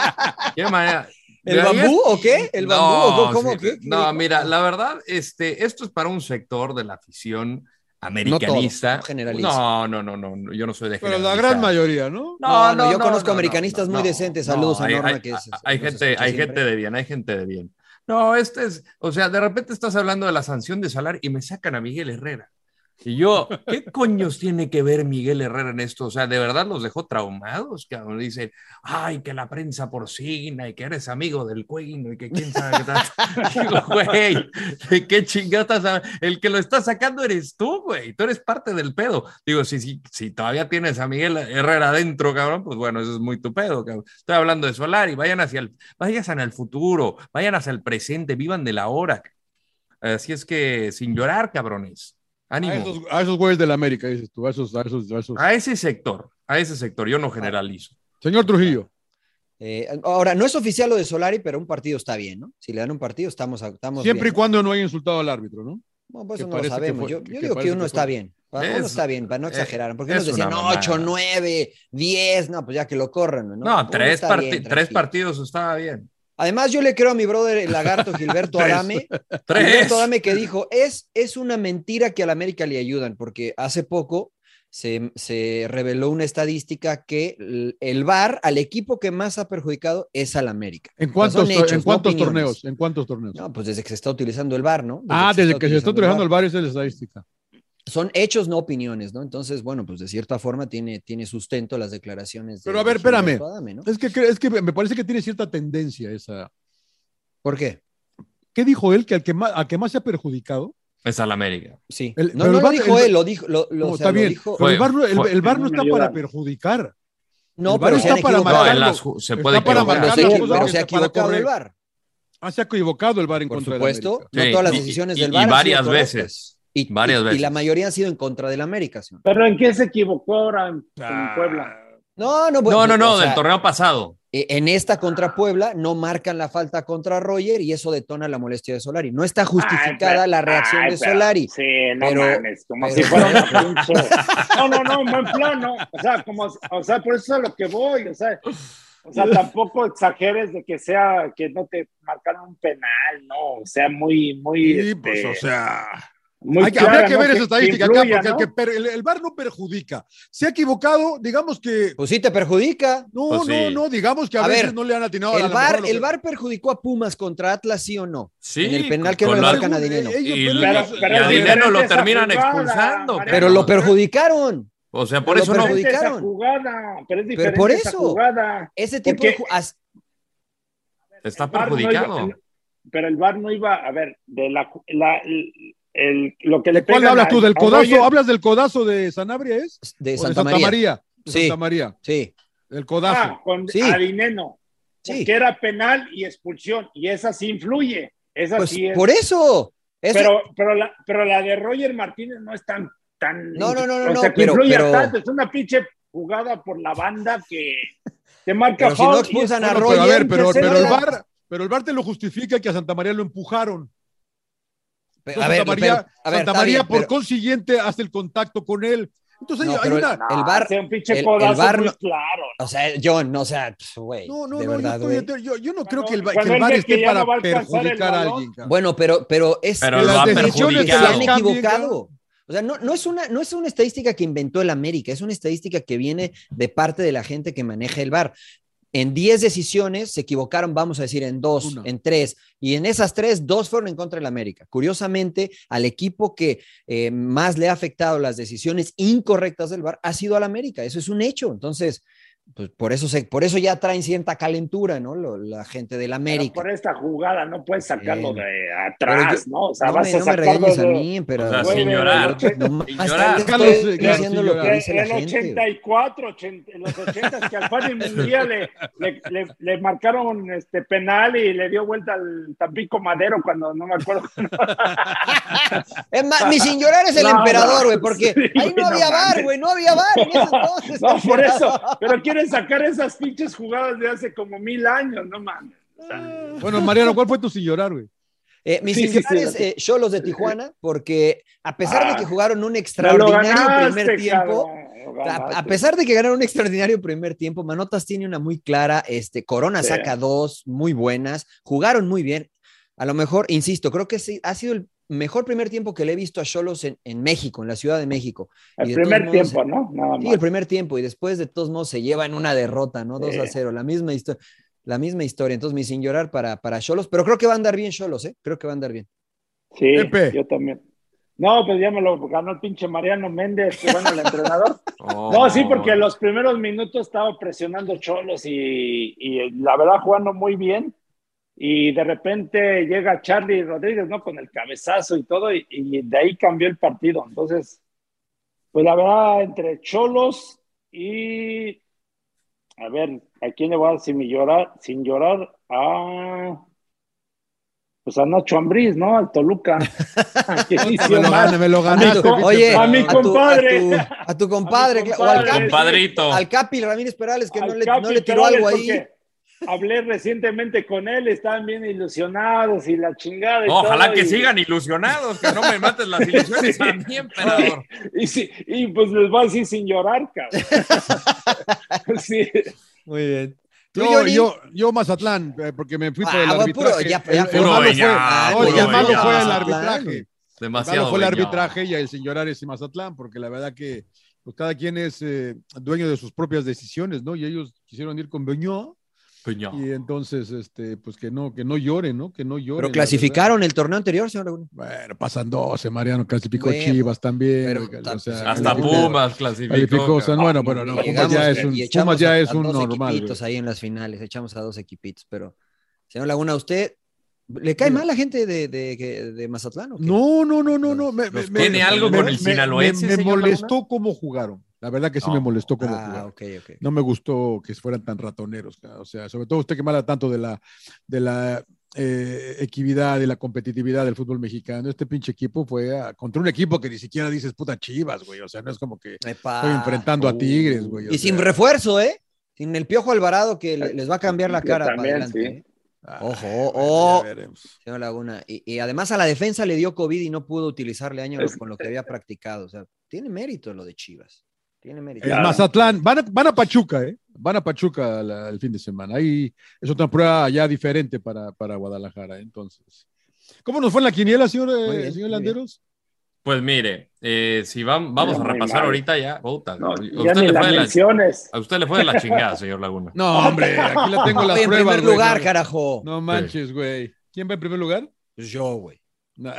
G: Qué manera-
H: ¿El
G: Mira,
H: bambú
G: ya-
H: o qué? ¿El bambú o cómo?
G: sí.
H: ¿Qué? ¿Qué
G: No,
H: dijo?
G: mira, la verdad, este, esto es para un sector de la afición
H: No
G: americanista.
H: todo, no generaliza.
G: No, no, no, no, no, yo no soy de
J: Pero la
G: generalista.
J: gran mayoría, ¿no?
G: No, no,
H: yo
G: no,
H: conozco
G: no,
H: americanistas
G: no,
H: muy
G: no,
H: decentes.
G: no,
H: Saludos
G: hay-
H: a Norma,
G: hay-
H: que es-
G: Hay
H: nos
G: gente,
H: escucha
G: hay
H: siempre.
G: gente de bien, hay gente de bien. No, este es, o sea, de repente estás hablando de la sanción de Salar y me sacan a Miguel Herrera. Y yo, ¿qué coños tiene que ver Miguel Herrera en esto? O sea, de verdad los dejó traumados, cabrón. Dicen, ay, que la prensa porcina y que eres amigo del cuino y que quién sabe qué tal. Digo, güey, ¿de qué chingatas? hab- El que lo está sacando eres tú, güey. Tú eres parte del pedo. Digo, si, si, si todavía tienes a Miguel Herrera adentro, cabrón, pues bueno, eso es muy tu pedo, cabrón. Estoy hablando de Solari. Vayan hacia el, vayan al futuro, vayan hacia el presente, vivan de la hora. Así es que sin llorar, cabrones. Ánimo.
J: A esos, a esos güeyes de la América, dices tú, a esos, a esos, a esos.
G: A ese sector, a ese sector, yo no
H: Ah,
G: generalizo.
J: Señor Trujillo.
H: Eh, ahora, no es oficial lo de Solari, pero un partido está bien, ¿no? Si le dan un partido, estamos, estamos
J: Siempre
H: bien.
J: y cuando no haya insultado al árbitro, ¿no?
H: Bueno, pues
J: que
H: eso no lo
J: parece que
H: sabemos.
J: fue-
H: yo
J: que-
H: yo
J: que
H: digo que,
J: parece
H: uno
J: que
H: está
J: fue.
H: bien. Para- Uno
G: Es-
H: está bien, para no
G: eh,
H: exagerar. Porque
G: es
H: nos decían
G: una
H: 8,
G: mamada.
H: 9, 10, no, pues ya que lo corran. No,
G: No,
H: Uno
G: tres,
H: está
G: parti-
H: bien,
G: tres
H: tranquilo.
G: partidos estaba bien.
H: Además, yo le creo a mi brother, el lagarto Gilberto
G: Tres.
H: Adame.
G: Tres.
H: Gilberto Adame que dijo, es, es una mentira que al América le ayudan, porque hace poco se, se reveló una estadística que el, el VAR al equipo que más ha perjudicado es al América.
J: ¿En
H: O sea, son
J: cuántos,
H: hechos,
J: en
H: no
J: cuántos
H: opiniones.
J: torneos? ¿En cuántos torneos?
H: No, pues desde que se está utilizando el VAR, ¿no?
J: ah, desde que se está utilizando el
H: VAR.
J: bar es la estadística.
H: Son hechos, no opiniones, ¿no? Entonces, bueno, pues de cierta forma tiene, tiene sustento las declaraciones. de-
J: Pero a ver,
H: de Gilberto
J: espérame.
H: Adame, ¿no?
J: Es que, cre- es que me parece que tiene cierta tendencia esa.
H: ¿Por qué?
J: ¿Qué dijo él? Que al que más, al que más se ha perjudicado.
G: Es al América.
H: Sí.
J: El-
H: no, no
J: pero el
H: lo
J: VAR-
H: dijo
J: el-
H: él, lo dijo. Lo, lo-
J: No,
H: o sea,
J: está
H: lo
J: bien.
H: dijo-
J: Pero el bar, no- el,
G: Fue-
J: el VAR no
H: fue-
J: está para perjudicar.
H: No,
J: el VAR
H: pero se
J: está
H: han
J: para
H: equivocado.
J: matar
G: No, en las
J: algo.
G: ju- se
J: Está
G: puede
J: para
G: equivocar.
H: Pero
J: marcar
H: se-
J: las cosas
H: pero
J: que
H: se ha
J: está para
H: equivocado el
J: correr.
H: VAR.
J: Ah, se ha equivocado el bar en
H: Por
J: contra del
H: supuesto,
J: América.
H: no
G: Sí,
H: todas las
G: y-
H: decisiones
G: y-
H: del
G: y
H: VAR han sido
G: varias
H: correctas.
G: veces.
H: Y,
G: Varias
H: y- y la
G: veces.
H: mayoría han sido en contra del América, señor.
I: Pero ¿en qué se equivocó ahora en, en
G: Ah.
I: Puebla?
H: No, no,
G: No,
H: bueno,
G: no, no,
H: o
G: del
H: sea,
G: torneo pasado.
H: eh, En esta contra Puebla no marcan la falta contra Roger y eso detona la molestia de Solari. No está justificada
I: Ay,
H: la
I: pero-
H: reacción
I: ay,
H: de
I: pero-
H: Solari.
I: Sí, no
H: Pero-
I: mames, como
H: pero-
I: si fuera una pinche. No, no, no, en buen plano. O sea, como, o sea, por eso es a lo que voy. O sea, o sea, tampoco exageres de que sea que no te marcaron un penal, no. O sea, muy, muy.
J: Sí, pues,
I: este,
J: o sea.
I: muy
J: Hay que-
I: clara,
J: habrá que
I: ¿no?
J: ver esa estadística acá,
I: influya,
J: porque el,
I: ¿no?
J: que per- el, el VAR no perjudica. Se ha equivocado, digamos que.
H: Pues sí te perjudica.
J: No,
G: Pues sí.
J: no, no, digamos que a,
H: A
J: veces
H: ver,
J: no le han atinado a la
H: El
J: mejor a
H: VAR,
J: lo que-
H: el VAR perjudicó a Pumas contra Atlas, sí o no.
G: Sí,
H: en el penal que no
G: con
H: le
G: la-
H: marcan a Dineno.
J: Eh, ellos-
G: Y-
J: pero
G: pero-
J: ellos-
G: y a
I: la
G: Dinero lo
I: diferencia
G: terminan
I: es jugada,
G: expulsando.
I: Mariano.
H: Pero lo perjudicaron.
G: O sea, por
H: Pero
G: eso
H: lo
G: no.
I: Diferente esa
H: perjudicaron.
I: jugada, pero es
H: Pero
I: diferente
H: por
I: esa
H: eso.
I: jugada.
H: Ese tipo
I: Porque-
H: de ju- as-
G: Está
I: VAR no iba-
G: perjudicado.
I: pero el VAR no iba, a ver, de la, la- el, el- lo que le
J: ¿De cuál
I: pegan
J: hablas
I: a-
J: tú? ¿Del
I: a
J: codazo?
I: Roger,
J: ¿Hablas del codazo de Sanabria es?
H: de
J: ¿O
H: Santa María.
J: De
H: Sí.
J: Santa María.
H: Sí,
J: El
I: ah,
J: codazo.
I: con
H: Sí.
I: a Dineno,
H: sí.
I: que era penal y expulsión, y esa sí influye. Esa
H: Pues,
I: sí es.
H: por eso. Eso-
I: Pero, pero, la, pero la de Roger Martínez no es tan. tan
H: No, no, no, no,
I: o sea,
H: no,
I: que
H: pero-
I: influye
H: pero-
I: tanto. Es una pinche jugada por la banda que te marca
H: Pero si
I: foul
H: no
I: y
H: expulsan
I: es-
H: a
I: bueno,
J: Pero a ver,
H: Roger,
J: pero,
H: que se
J: pero el
H: vaya.
J: bar, pero el bar te lo justifica que a Santa María lo empujaron.
H: Pe-
J: Entonces,
H: a ver,
J: Santa
H: pero-
J: María,
H: a ver,
J: Santa
H: está
J: María,
H: bien,
J: por
H: pero-
J: consiguiente, hace el contacto con él. Entonces
H: No,
J: hay- hay
H: pero
J: una.
H: el bar,
I: hace Ah, un pinche
H: el, el
I: codazo
H: bar
I: muy
H: no-
I: claro.
H: o sea, John, o sea, pf, güey,
J: No, no,
H: de
J: no,
H: verdad,
J: yo,
H: güey.
J: estoy- yo- yo no creo que el, ba-
I: cuando
J: que el
I: él
J: bar
I: ve
J: esté
I: que ya
J: para
I: no va a alcanzar el
J: perjudicar a
I: balón.
J: alguien. cabrón.
H: Bueno, pero, pero es
G: Pero
H: que
G: lo
H: las
G: ha
H: decisiones
G: perjudicado.
H: se han
J: Cambien,
H: equivocado. O sea, no, no, es una, no es una estadística que inventó el América, es una estadística que viene de parte de la gente que maneja el VAR. En 10 decisiones se equivocaron, vamos a decir, en dos,
J: Una.
H: en tres, y en esas tres, dos fueron en contra del América. Curiosamente, al equipo que eh, más le ha afectado las decisiones incorrectas del VAR ha sido al América, eso es un hecho. Entonces, pues por eso, se, por eso ya traen cierta calentura, ¿no? Lo- la gente del
I: Pero
H: América.
I: Por esta jugada no puedes sacarlo
H: Sí.
I: de
H: Pero
I: atrás,
H: yo-
I: ¿no? O sea,
H: no
I: vas
H: me,
I: a
H: no me
I: sacarlo
H: regañes a
I: de-
H: mí, pero.
G: O sea,
I: Güey,
G: sin
I: de-
G: llorar.
I: de-
H: Nomás
G: sin llorar.
H: estoy
J: Carlos,
H: estoy
J: claro,
H: haciendo
J: sin
H: lo que
J: llorar.
H: dice la
I: En el
H: gente.
I: 84, 80, en los 80 que Alfaro Munguía le, le, le, le marcaron este penal y le dio vuelta al Tampico Madero cuando no me acuerdo.
H: Es más, mi sin llorar es el
I: No,
H: emperador,
I: no,
H: güey, porque
I: sí,
H: ahí no
I: güey, no
H: había bar,
I: mames.
H: güey, no había bar en ese entonces.
I: No, por eso.
H: emperador.
I: Pero quieren sacar esas pinches jugadas de hace como mil años, no mames. O sea,
J: Bueno, Mariano, ¿cuál fue tu sin llorar, güey?
H: Eh, mi
I: Sí,
H: sin
I: sí,
H: llorar
I: sí,
H: es
I: sí.
H: eh, Cholos de Tijuana, porque a pesar de
I: Ah,
H: que jugaron un
I: pero lo
H: extraordinario
I: ganaste,
H: primer tiempo.
I: cabrón, lo
H: A, a
I: ganaste.
H: pesar de que ganaron un extraordinario primer tiempo, Manotas tiene una muy clara, este, Corona
I: Sí.
H: saca dos muy buenas, jugaron muy bien. A lo mejor, insisto, creo que sí, ha sido el mejor primer tiempo que le he visto a Cholos en, en México, en la Ciudad de México. Y
I: El
H: de todos
I: primer
H: modos,
I: tiempo, ¿no? Nada
H: Sí,
I: más.
H: el primer tiempo y después de todos modos se llevan una derrota, ¿no? 2 a
I: Sí.
H: 0, la misma historia. La misma historia, entonces mi sin llorar para para Cholos, pero creo que va a andar bien Cholos, ¿eh? Creo que va a andar bien.
I: Sí,
J: Pepe.
I: yo también. No, pues ya me lo ganó el pinche Mariano Méndez, que bueno, el entrenador.
G: Oh,
I: No, sí, porque los primeros minutos estaba presionando Cholos y, y la verdad jugando muy bien. Y de repente llega Charlie Rodríguez, ¿no? Con el cabezazo y todo, y, y de ahí cambió el partido. Entonces, pues la verdad, entre Cholos y. A ver, ¿a quién le voy a dar sin mi llorar? Sin llorar a. Pues a Nacho Ambriz, ¿no? Al Toluca. Que hizo
J: Me lo
I: mal.
J: gané, me lo
H: A
J: ganaste.
H: tu-
J: pinche
H: oye,
I: a mi
J: emperador.
H: tu-
I: compadre.
H: tu- a tu, compadre,
I: A mi
H: claro,
I: compadre,
H: o al Capi,
G: Compadrito.
H: al Capi Ramírez Perales que no
I: al
H: le,
I: Capi
H: no le tiró
I: Perales,
H: algo ahí.
I: porque Hablé recientemente con él, estaban bien ilusionados y la chingada. y
G: No, ojalá
I: todo,
G: que
I: y-
G: sigan ilusionados, que no me mates las ilusiones a mí, emperador.
I: Y, sí, y pues les voy a decir sin llorar, cabrón. sí.
H: Muy bien. ¿Tú,
J: Yo,
H: Johnny?
J: yo, yo Mazatlán, eh, porque me fui
H: Ah,
J: por el
H: bueno, puro-
J: arbitraje.
H: ya- ya
J: El-
H: fue.
J: el
G: Puro
J: malo fue,
G: Beñat,
J: no, el
G: puro
J: malo
G: Beñat.
J: fue el
H: Mazatlán.
J: arbitraje. El
G: Demasiado
J: malo fue el
G: beñado.
J: arbitraje y el sin llorar es Mazatlán, porque la verdad que pues, cada quien es eh, dueño de sus propias decisiones, ¿no? Y ellos quisieron ir con Beñó
G: Beñado.
J: y entonces, este, pues que no, que no lloren, ¿no? Que no lloren.
H: Pero
J: la
H: clasificaron el torneo anterior, señor Laguna.
J: verdad. Bueno, pasan 12, Mariano, clasificó
H: Bueno,
J: Chivas también.
H: pero
J: oiga,
H: ta-
G: Hasta
J: Pumas.
G: Pumas clasificó.
J: Calificó, o sea,
G: cabrón.
J: bueno, pero no,
H: Y
J: Pumas
H: llegamos
J: ya es
H: y
J: un,
H: echamos
J: Pumas ya
H: a-
J: es
H: a
J: un
H: dos
J: normal. güey.
H: equipitos ahí en las finales, echamos a dos equipitos, pero señor Laguna, ¿a usted le cae
J: Mira.
H: mal la gente de, de, que- de Mazatlán? o qué?
J: No, no, no, no, no. me- me-
G: ¿Los
J: me-
G: tiene algo
J: me-
G: con el
J: me-
G: sinaloense,
J: Me, me
G: señor Oh,
J: molestó cómo jugaron. La verdad que sí
G: No.
J: me molestó cómo
H: Ah,
J: jugaron.
H: ok, ok.
J: No me gustó que fueran tan ratoneros. cara. O sea, sobre todo usted que mala tanto de la, de la eh, equidad, de la competitividad del fútbol mexicano. Este pinche equipo fue a- contra un equipo que ni siquiera dices puta chivas, güey. O sea, no es como que
H: Epa.
G: Ah,
J: estoy enfrentando a Tigres, güey.
G: uh.
J: o
H: Y sin
J: sea,
H: refuerzo, ¿eh? Sin el Piojo Alvarado que le- les va a cambiar la
I: Yo
H: cara para
I: también,
H: adelante.
I: sí.
H: ¿eh?
J: ah,
H: Ojo,
J: bueno,
H: oh.
J: ya veremos.
H: Señor Laguna. Y, y además a la defensa le dio COVID y no pudo utilizarle año
I: Es-
H: con lo que había practicado. O sea, tiene mérito lo de Chivas. Tiene mérito.
J: El Mazatlán, van a, van a Pachuca, ¿eh? Van a Pachuca la- el fin de semana. Ahí es otra prueba ya diferente para, para Guadalajara, ¿eh? entonces. ¿Cómo nos fue en la quiniela, señor, eh,
H: Muy bien,
J: señor
H: muy
J: Landeros?
G: Pues mire, eh, si vam- vamos
I: Muy
G: a repasar
I: mal.
G: ahorita ya. puta,
I: No,
G: a,
I: ya
G: usted
I: ni
G: le
I: las
G: fue de la,
I: menciones.
G: a usted le fue de la chingada, señor Laguna.
J: No, hombre, aquí la tengo
H: Yo
J: las
H: voy en
J: pruebas.
H: primer
J: güey,
H: lugar,
J: no,
H: carajo. Pues
J: No manches, güey. ¿Quién va en primer lugar?
H: Yo, güey.
J: No,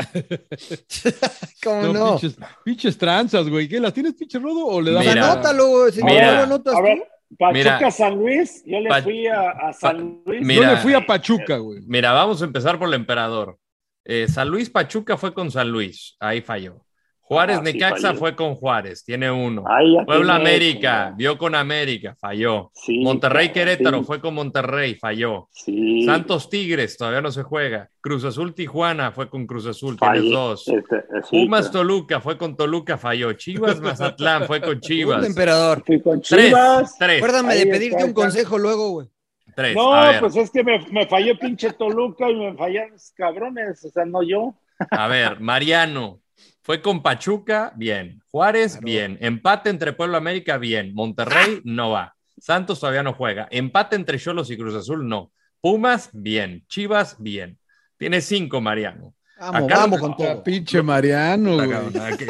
H: ¿Cómo
J: no,
H: no?
J: Pinches, pinches tranzas, güey. ¿Qué? ¿Las tienes, pinche rodo? ¿O le
H: Pues
J: das
G: Mira.
H: anótalo, güey. Si
G: Mira.
H: no lo anotas
I: A
H: tú.
I: ver, Pachuca
G: Mira.
I: San Luis, yo le
G: Pa-
I: fui a, a San Luis.
J: Yo
G: Mira.
J: le fui a Pachuca, güey.
G: Mira, vamos a empezar por el emperador. Eh, San Luis Pachuca fue con San Luis. Ahí falló. Juárez
I: Ah, sí,
G: Necaxa
I: falló.
G: fue con Juárez, tiene uno.
I: Ahí ya
G: Puebla
I: tiene
G: América,
I: ocho.
G: vio con América, falló. Monterrey
I: claro,
G: Querétaro
I: sí.
G: fue con Monterrey, falló. Santos Tigres, todavía no se juega. Cruz Azul Tijuana fue con Cruz Azul,
I: Fallé.
G: tienes dos.
I: Este, eh, sí,
G: Pumas
I: claro.
G: Toluca fue con Toluca, falló. Chivas Mazatlán fue con
H: Puta,
G: Chivas.
H: emperador.
I: Fui con
G: Tres,
I: Chivas.
G: tres.
H: Acuérdame de
I: Ahí
H: pedirte
I: está,
H: un
I: está.
H: consejo luego, güey.
G: Tres,
I: No,
G: a ver.
I: pues es que me, me falló pinche Toluca y me fallaron los cabrones, o sea, no yo.
G: A ver, Mariano. Fue con Pachuca, bien. Juárez, bien. Empate entre Pueblo América, bien.
J: Ah.
G: Monterrey, no va. Santos todavía no juega. Empate entre Cholos y Cruz Azul, no. Pumas, bien. Chivas, bien. Tiene cinco, Mariano.
J: Vamos,
G: Acá-
J: vamos con todo. Pinche Mariano,
G: Puta,
J: güey.
G: cabrón, aquí.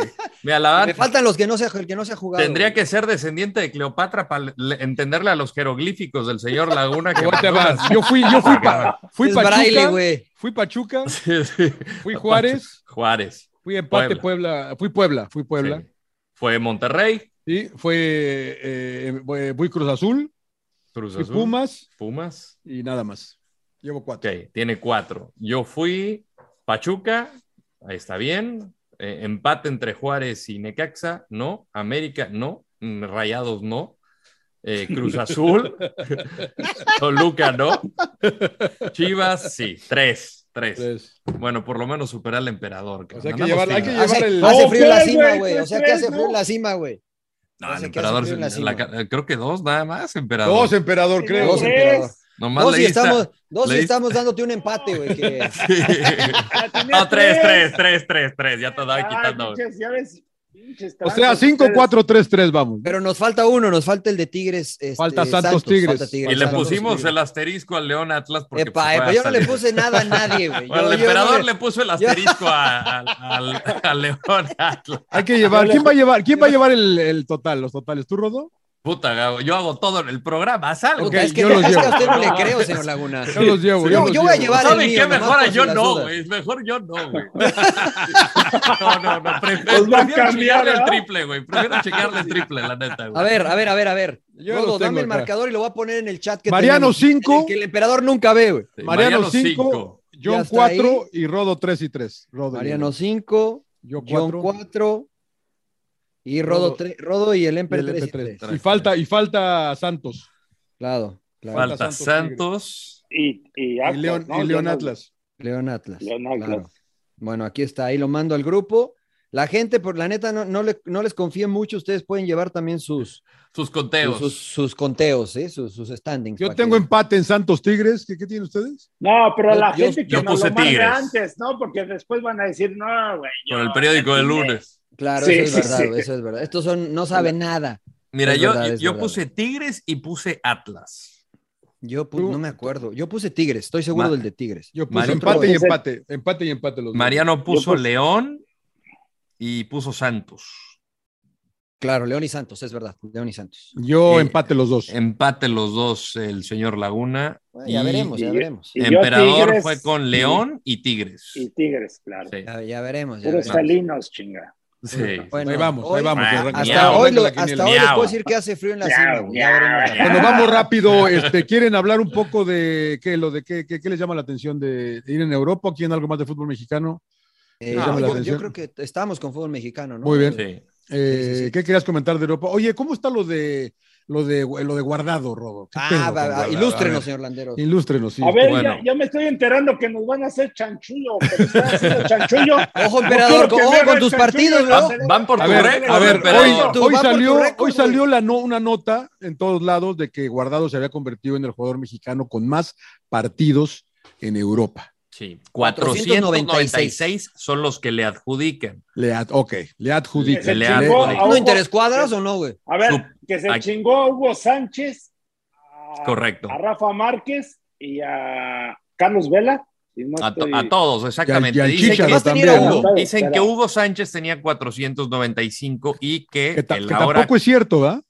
G: Mira, la verdad,
H: Me faltan los que no se, el que no se ha jugado.
G: tendría
H: güey.
G: que ser descendiente de Cleopatra para entenderle a los jeroglíficos del señor Laguna. Que
J: ¿Cómo te
G: mandó
J: vas?
G: las-
J: Yo fui, yo fui, pa- fui
H: Es
J: Pachuca.
H: braille, güey.
J: Fui Pachuca,
G: Sí, sí.
J: fui Juárez,
G: Juárez.
J: fui empate Puebla, fui Puebla, fui Puebla.
G: Sí. Fue Monterrey,
J: Sí, fue, eh, fue- fui Cruz Azul,
G: Cruz
J: fui
G: Azul,
J: Pumas
G: Pumas.
J: y nada más. Llevo cuatro.
G: Ok, tiene cuatro. Yo fui Pachuca, ahí está bien. Eh, empate entre Juárez y Necaxa, no. América, no. Mm, Rayados, no. Eh, Cruz Azul, Toluca, no. Chivas, sí. Tres, tres. Bueno, por lo menos superar al emperador.
J: O sea,
G: cabrón.
J: hay que
G: Andamos
J: llevar- hay que
G: tirados.
H: Hace,
J: llevar el-
H: hace
J: Ok,
H: frío en la
J: güey,
H: cima, güey. O
J: tres,
H: sea, que hace
J: tres,
H: frío en
J: ¿no?
H: la cima, güey.
G: No,
H: No
G: el
H: sé qué hace
G: emperador,
H: frío en la
G: se- la
H: cima.
G: ca- eh, creo que dos nada más, emperador.
J: Dos, emperador, creo.
H: Dos, emperador.
G: Nomás
H: Dos y
G: leíste-
H: estamos, dos y
G: leíste-
H: estamos dándote un empate, güey. que-
I: Ah,
G: No, tres, tres, tres, tres, tres. Ya te
J: Ah,
G: estaba quitando.
I: pinches, ya ves, pinches
J: O sea,
I: trancas
J: 5-4-3-3, vamos.
H: Pero nos falta uno, nos falta el de Tigres. este,
J: Falta Santos, Tigres.
H: falta
G: Y le
H: Santos,
G: pusimos
H: Tigres.
G: el asterisco al León Atlas porque
H: Epa,
G: pues,
H: epa,
G: fue
H: yo no le
G: hasta el-
H: puse nada a nadie, güey.
G: Bueno,
H: Yo-
G: el
H: yo no
G: emperador
H: le-
G: le puso el
H: yo-
G: asterisco a- al, al- al León Atlas.
J: Hay
H: Ah,
J: que llevar. ¿Quién va a llevar, quién va a llevar el, el total? ¿Los totales? ¿Tú, Rodo?
G: Puta, Gabo, yo hago todo en el programa, haz algo. Pues,
J: Ok,
H: Puta, es que,
J: yo
H: no-
J: los
H: es que a
J: llevo.
H: usted no le creo, señor Laguna.
J: Yo los llevo.
H: Yo-
J: los
H: yo voy a
J: llevo.
H: llevar el
G: ¿Saben
H: mío,
G: qué?
H: nomás
G: Mejor
H: por
G: a
H: si
G: yo
H: las
G: no,
H: dudas.
G: güey. Mejor yo no, güey. No, no, no. Prefiero,
I: Pues va
G: prefiero
I: a cambiar,
G: chequearle el
I: ¿verdad?
G: triple, güey. Prefiero chequearle el triple, la neta,
H: A
G: güey.
H: ver, a ver, a ver, a ver.
J: Yo
H: Rodo,
J: los tengo
H: dame el
J: acá.
H: marcador y lo voy a poner en el chat. Que
J: Mariano
H: tenemos.
J: 5,
H: Que el emperador nunca ve, güey.
G: Sí,
J: Mariano
G: cinco.
J: 5,
H: Ya
J: John
H: está
J: 4 y Rodo 3 y 3. Rodo,
H: Mariano 5,
J: yo
H: John
J: 4.
H: 4 y
J: Rodo.
H: Rodo, tre- Rodo y el
J: Y,
H: Emper
J: el
H: 3.
J: MP3. Y falta, y falta Santos.
H: Claro, claro.
G: Falta
J: Falta Santos,
G: Santos.
I: Y, y,
J: Y
I: Atlas,
J: León,
I: ¿no?
J: y León
I: Yo no-
J: Atlas.
H: León Atlas.
I: León Atlas.
H: claro. Bueno, aquí está, ahí lo mando al grupo. La gente, por la neta, no, no, le- no les confíen mucho. Ustedes pueden llevar también sus,
G: Sus
H: sus,
G: conteos.
H: sus conteos, ¿eh? sus, sus standings.
J: Yo
H: para
J: tengo
H: que-
J: empate en Santos Tigres. ¿Qué, qué tienen ustedes?
I: No, pero la
G: Yo-
I: gente que
G: yo
I: nos
G: puse
I: lo marque
G: Tigres.
I: antes, ¿no? Porque después van a decir, no, güey. yo
G: Con el periódico del
I: me-
G: lunes.
H: Claro,
I: Sí,
H: eso es
I: sí,
H: verdad,
I: sí.
H: güey, eso es verdad. Estos son, no saben nada.
G: Mira,
H: Es
G: yo,
H: verdad, es
G: yo
H: verdad.
G: puse Tigres y puse Atlas.
H: Yo pu- no me acuerdo. Yo puse Tigres, estoy seguro
G: Ma-
H: del de Tigres.
J: Yo puse
G: Mariano-
J: empate y
I: Ese-
J: empate. Empate y empate
I: Pues,
J: los dos.
G: Mariano puso
I: puse-
G: León y puso Santos.
H: Claro, León y Santos, es verdad. León y Santos.
J: Yo
G: Eh,
J: empate los
H: em-
J: dos.
G: Empate los dos, el señor Laguna.
H: Bueno, ya
G: y
H: veremos, ya
I: y-
H: veremos.
I: y yo
G: Emperador
I: Tigres
G: fue con León y Tigres.
I: Y Tigres, claro.
G: Sí,
H: Ya, ya veremos. ya
I: Puros
H: veremos.
I: felinos, chinga.
G: sí.
H: Bueno,
J: ahí vamos,
H: hoy-
J: ahí vamos.
G: Ah,
J: arranca.
H: Hasta
G: Miau.
H: hoy, lo-
J: Arranca la
H: hasta
J: quiniela.
H: hoy Ah. les
G: Miau.
H: puedo decir que hace frío en la cima. güey. Ya
I: Miau,
H: veremos.
I: miau.
J: Bueno, vamos rápido. Este, ¿Quieren hablar un poco de qué, lo de qué, qué, qué les llama la atención de ir en Europa? ¿Quieren algo más de fútbol mexicano?
H: Eh,
J: Llama
H: yo,
J: la
H: yo
J: atención.
H: creo que estábamos con fútbol mexicano, ¿no?
J: Muy bien.
G: Sí.
J: Eh,
H: Sí, sí, sí.
J: ¿Qué querías comentar de Europa? Oye, ¿cómo está lo de lo de lo de guardado, Rodo? ¿Qué pedo
H: Ah,
J: con
H: va, va,
J: Guardado? A
H: ilústrenos,
J: ver,
H: señor Landeros.
J: Ilústrenos, sí.
I: A ver,
G: bueno.
I: ya, ya me estoy enterando que nos van a hacer chanchullo. que nos están haciendo chanchullo.
H: Ojo,
I: No
H: emperador,
I: quiero que
H: ojo
I: me hagan
H: con tus
I: chanchullo
H: partidos,
I: en la
H: ¿no?
I: tele.
G: Ah, Van por
J: A
G: tu
J: ver,
G: récord,
J: a ver,
G: emperador.
J: hoy,
H: Tú
J: hoy
H: vas por tu
J: salió,
H: récord,
J: hoy
H: güey.
J: salió la no, una nota en todos lados de que Guardado se había convertido en el jugador mexicano con más partidos en Europa.
G: Sí, 496 son los que le adjudican.
J: Le ad- ok, le adjudica.
I: Se
G: le
J: Le-
G: adjudica.
I: chingó a
H: ¿No
I: ojo.
H: interescuadras o no, güey?
I: A ver,
G: Sup-
I: que se
G: Ay.
I: chingó a Hugo Sánchez. a-
G: Correcto.
I: A Rafa Márquez y a Carlos Vela. si no
G: A, to-
I: estoy-
G: a todos,
J: Y
G: exactamente.
J: al- y al
G: Dicen,
J: Chicharo
G: que,
H: más tenía
J: también,
H: uno.
J: ¿no?
I: Claro,
G: dicen que
I: claro.
G: Hugo Sánchez tenía 495 y que,
J: Que, ta-
G: el
J: que
G: ahora-
J: tampoco es cierto, ¿verdad?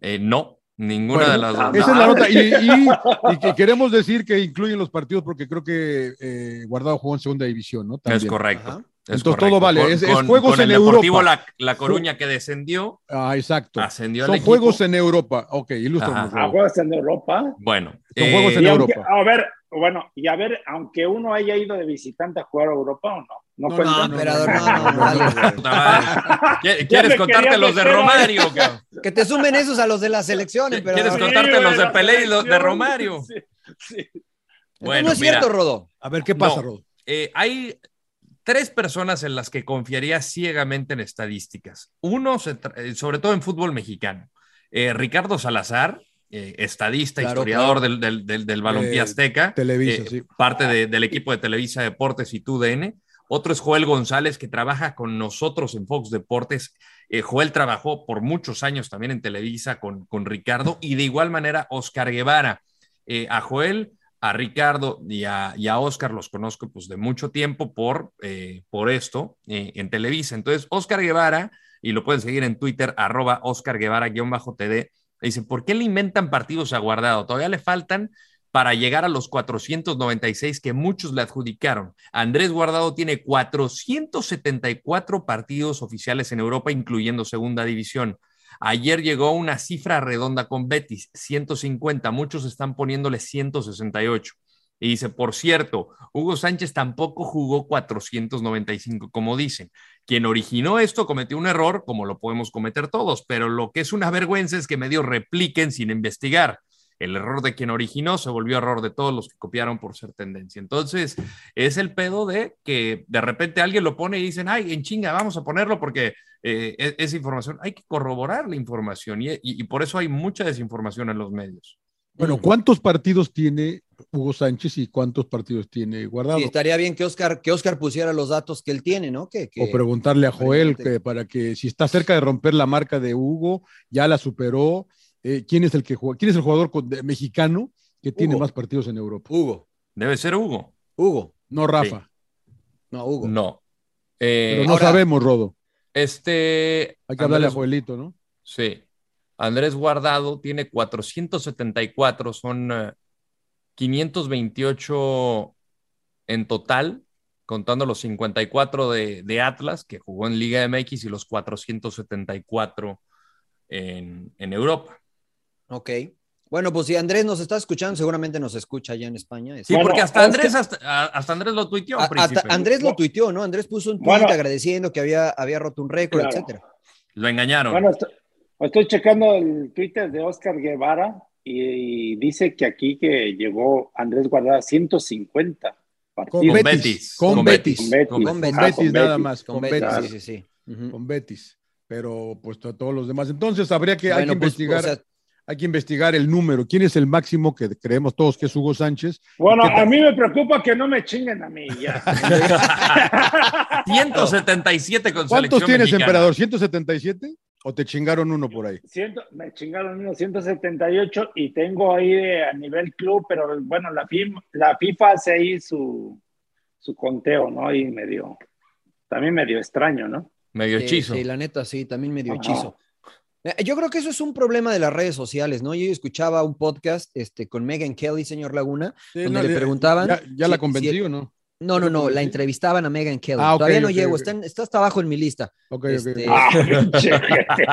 G: eh, no, ninguna
J: Bueno,
G: de las dos.
J: Esa es la nota. Y, y- y que queremos decir que incluyen los partidos porque creo que eh, Guardado jugó en segunda división, ¿no?
G: Es
J: También.
G: correcto.
H: Ajá.
G: es
J: Entonces, todo vale, es- es juegos
G: con el
J: en
G: Deportivo
J: Europa.
G: La, La Coruña que descendió,
J: Ah, exacto.
G: ascendió
J: Son
G: al equipo.
J: juegos en Europa. Ok, ilústranos.
G: Ajá.
J: Raúl.
I: a juegos en Europa.
G: Bueno, eh,
J: Son juegos en
I: Y
J: Europa.
I: aunque- a ver, bueno, y a ver, aunque uno haya ido de visitante a jugar a Europa o no. No,
H: No,
I: cuenta.
H: no, emperador, no, no, vale.
G: ¿Qui- ¿Quieres
I: me
G: contarte
I: quería
G: los de
I: meter
G: Romario? cabrón?
H: Que te sumen esos a los de la selección, emperador.
G: ¿Quieres contarte los de Pelé y los de Romario?
H: no es cierto, Rodo.
J: A ver, ¿qué
G: pasa, Rodo? eh, hay tres personas en las que confiaría ciegamente en estadísticas. Uno, se tra- eh, sobre todo en fútbol mexicano. Eh, Ricardo Salazar, eh, estadista,
J: Claro,
G: historiador
J: claro.
G: del, del, del- del balompié
J: Eh,
G: azteca.
J: Televisa,
G: eh,
J: sí.
G: Parte de- del equipo de Televisa Deportes y TUDN. Otro es Joel González, que trabaja con nosotros en Fox Deportes. Eh, Joel trabajó por muchos años también en Televisa con, con Ricardo. Y de igual manera, Oscar Guevara. Eh, a Joel, a Ricardo y a, y a Oscar los conozco pues de mucho tiempo por, eh, por esto eh, en Televisa. Entonces, Oscar Guevara, y lo pueden seguir en Twitter, arroba Oscar Guevara-TD, dice, ¿por qué le inventan partidos a Guardado? Todavía le faltan para llegar a los 496 que muchos le adjudicaron. Andrés Guardado tiene 474 partidos oficiales en Europa, incluyendo segunda división. Ayer llegó una cifra redonda con Betis, 150, muchos están poniéndole 168. Y dice, por cierto, Hugo Sánchez tampoco jugó 495, como dicen. Quien originó esto cometió un error, como lo podemos cometer todos, pero lo que es una vergüenza es que medio repliquen sin investigar. El error de quien originó se volvió error de todos los que copiaron por ser tendencia. Entonces, es el pedo de que de repente alguien lo pone y dicen, ay, en chinga, vamos a ponerlo porque eh, es, es información. Hay que corroborar la información y- y- y por eso hay mucha desinformación en los medios.
J: Bueno, ¿cuántos partidos tiene Hugo Sánchez y cuántos partidos tiene Guardado?
H: Sí, estaría bien que Oscar, que Oscar pusiera los datos que él tiene, ¿no? Que, que-
J: O preguntarle a Joel que, para que si está cerca de romper la marca de Hugo, ya la superó. eh, ¿quién, es el que juega- ¿Quién es el jugador con- de- mexicano que tiene
H: Hugo.
J: más partidos en Europa?
H: Hugo.
G: Debe ser Hugo.
H: Hugo.
J: No Rafa.
H: No, Hugo.
G: No. Eh,
J: Pero no
G: ahora,
J: sabemos, Rodo.
G: Este.
J: Hay que hablarle a
G: Andrés-
J: Joelito, ¿no?
G: Sí. Andrés Guardado tiene 474, son eh, 528 en total, contando los 54 de, de Atlas, que jugó en Liga MX, y los 474 en, en Europa.
H: Ok. Bueno, pues si Andrés nos está escuchando, seguramente nos escucha allá en España.
G: Sí, porque hasta Andrés, hasta, a- hasta Andrés lo tuiteó,
H: A- hasta
G: príncipe.
H: Andrés lo tuiteó, ¿no? Andrés puso un tweet
G: Bueno.
H: agradeciendo que había, había roto un récord,
I: Claro.
H: etcétera.
G: Lo engañaron.
I: Bueno, estoy, estoy checando el Twitter de Oscar Guevara y, dice que aquí que llegó Andrés Guardada 150 partidos.
J: Con Betis, Betis, con con Betis, Betis, con
I: Con
J: Betis,
I: Ah,
J: Betis nada más, con Betis.
H: sí, sí,
J: Con Betis. Pero pues a todos los demás. Entonces habría que, hay que
H: Bueno, pues,
J: investigar.
H: o sea-
J: hay que investigar el número. ¿Quién es el máximo que creemos todos que es Hugo Sánchez?
I: Bueno,
J: ¿Y qué
I: a
J: tal?
I: mí me preocupa que no me chinguen a mí ya.
G: 177 con
J: ¿Cuántos
G: selección
J: tienes,
G: mexicana.
J: emperador? ¿177? ¿O te chingaron uno por ahí?
I: Ciento- me chingaron 1978 y tengo ahí de- a nivel club, pero bueno, la, FIM- la FIFA hace ahí su, su conteo, ¿no? Y medio, también medio extraño, ¿no?
G: Medio
H: Sí,
G: hechizo.
H: Sí, la neta, sí, también medio
I: Ajá.
H: hechizo. Eh, Yo creo que eso es un problema de las redes sociales, ¿no? Yo escuchaba un podcast este, con Megan Kelly, señor Laguna,
J: Sí,
H: donde
J: no,
H: le
J: le-
H: preguntaban.
J: ¿Ya, ya la
H: si-
J: convencí
H: si-
J: o no?
H: No, no, no, la entrevistaban a Megan Kelly.
J: Ah, ok,
H: Todavía no
J: ok,
H: llego,
J: ok.
H: Está, en- está hasta abajo en mi lista.
J: Ok, ok.
H: Este,
J: Ah, pinche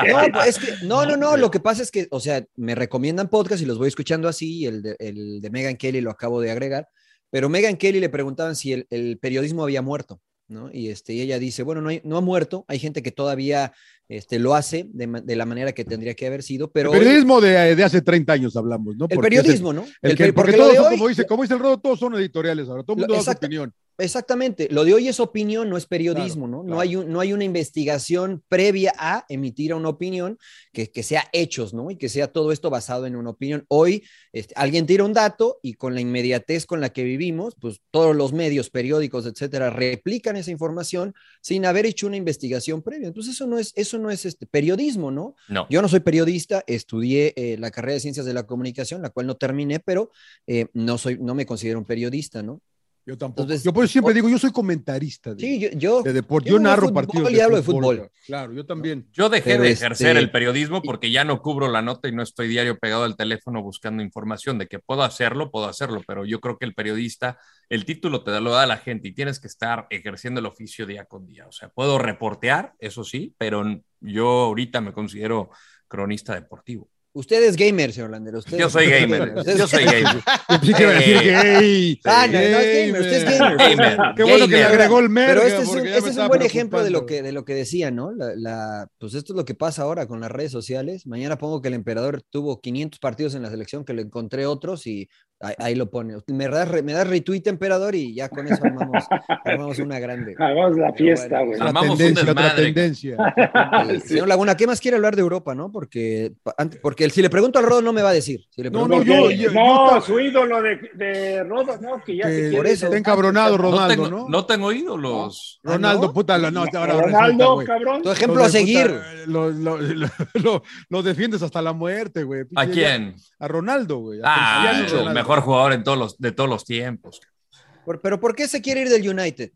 H: no, pues, es que- no, no, no, lo que pasa es que, o sea, me recomiendan podcast y los voy escuchando así, y el de, el de Megan Kelly lo acabo de agregar, pero Megan Kelly le preguntaban si el, el periodismo había muerto, ¿no? Y, este, y ella dice, bueno, no, hay- no ha muerto, hay gente que todavía este, lo hace de, ma- de la manera que tendría que haber sido, pero...
J: el periodismo de, de hace 30 años hablamos, ¿no?
H: El
J: Porque
H: periodismo,
J: es
H: ¿no?
J: el
H: El
J: que-
H: per-
J: porque,
H: porque lo
J: todos,
H: de
J: son,
H: hoy-
J: como, dice, como dice el Rodo, todos son editoriales ahora. Todo el
H: Lo-
J: mundo da su
H: exacta-
J: opinión.
H: Exactamente, lo de hoy es opinión, no es periodismo, ¿no? No,
J: claro.
H: Hay un- no hay una investigación previa a emitir una opinión que, que sea hechos, ¿no? Y que sea todo esto basado en una opinión. Hoy este, alguien tira un dato y con la inmediatez con la que vivimos, pues todos los medios, periódicos, etcétera, replican esa información sin haber hecho una investigación previa. Entonces eso no es, eso no es este, periodismo, ¿no?
G: No.
H: Yo no soy periodista, estudié eh, la carrera de ciencias de la comunicación, la cual no terminé, pero eh, no, soy, no me considero un periodista, ¿no?
J: Yo tampoco.
H: Entonces,
J: yo por eso siempre digo, yo soy comentarista. de-
H: Sí, yo, yo-
J: de deporte.
H: yo
J: Yo,
H: no veo
J: narro
H: fútbol
J: partidos.
H: y hablo de fútbol.
J: cabrón. Claro, yo también.
G: Yo dejé
H: Pero,
G: de
H: este,
G: ejercer el periodismo porque ya no cubro la nota y no estoy diario pegado al teléfono buscando información. De que puedo hacerlo, puedo hacerlo, pero yo creo que el periodista, el título te lo da la gente y tienes que estar ejerciendo el oficio día con día. O sea, puedo reportear, eso sí, pero n- yo ahorita me considero cronista deportivo.
H: Usted es gamer, señor Landero. Usted
G: Yo
H: es-
G: soy
H: usted es
G: gamer.
H: Usted es-
G: Yo soy gamer.
J: Yo pensé que iba a decir gay.
H: Ah, no, no es gamer,
J: Gamer.
H: usted es gamer.
J: Gamer. Qué bueno que le agregó el merga,
H: Pero este es un,
J: porque
H: este
J: ya me
H: es un
J: estaba
H: buen ejemplo de lo,
J: preocupando.
H: que, de lo que decía, ¿no? La, la- pues esto es lo que pasa ahora con las redes sociales. Mañana pongo que el emperador tuvo 500 partidos en la selección, que le encontré otros y ahí, ahí lo pone. Me das, re- me das retweet, emperador, y ya con eso armamos, armamos una grande.
I: Hagamos la fiesta, güey.
J: Otra tendencia, otra tendencia. Ah,
H: Eh, Señor Laguna, ¿qué más quiere hablar de Europa, no? Porque, pa- ant- porque si le pregunto al Rodo no me va a decir. Si le
J: No,
H: pregunto-
J: no, yo- yo-
I: No,
J: yo-
I: su ídolo de, de Rodo, no, que ya se
J: Que
I: quiere ir
J: Eh, está
I: de-
J: encabronado Ronaldo,
G: tengo,
J: ¿no?
G: tengo ídolos.
J: Ronaldo,
H: ¿no?
J: puta, la no, ahora
I: Ronaldo,
J: resulta, güey.
I: cabrón.
H: Tu ejemplo a
J: Los de
H: seguir.
J: puta, eh, Lo, lo- lo- lo- lo defiendes hasta la muerte, güey.
G: ¿A quién?
J: A Ronaldo, güey. a
G: Ah,
J: Cristiano
G: el
J: Ronaldo.
G: mejor jugador en todos los, de todos los tiempos.
H: Por- pero ¿por qué se quiere ir del United?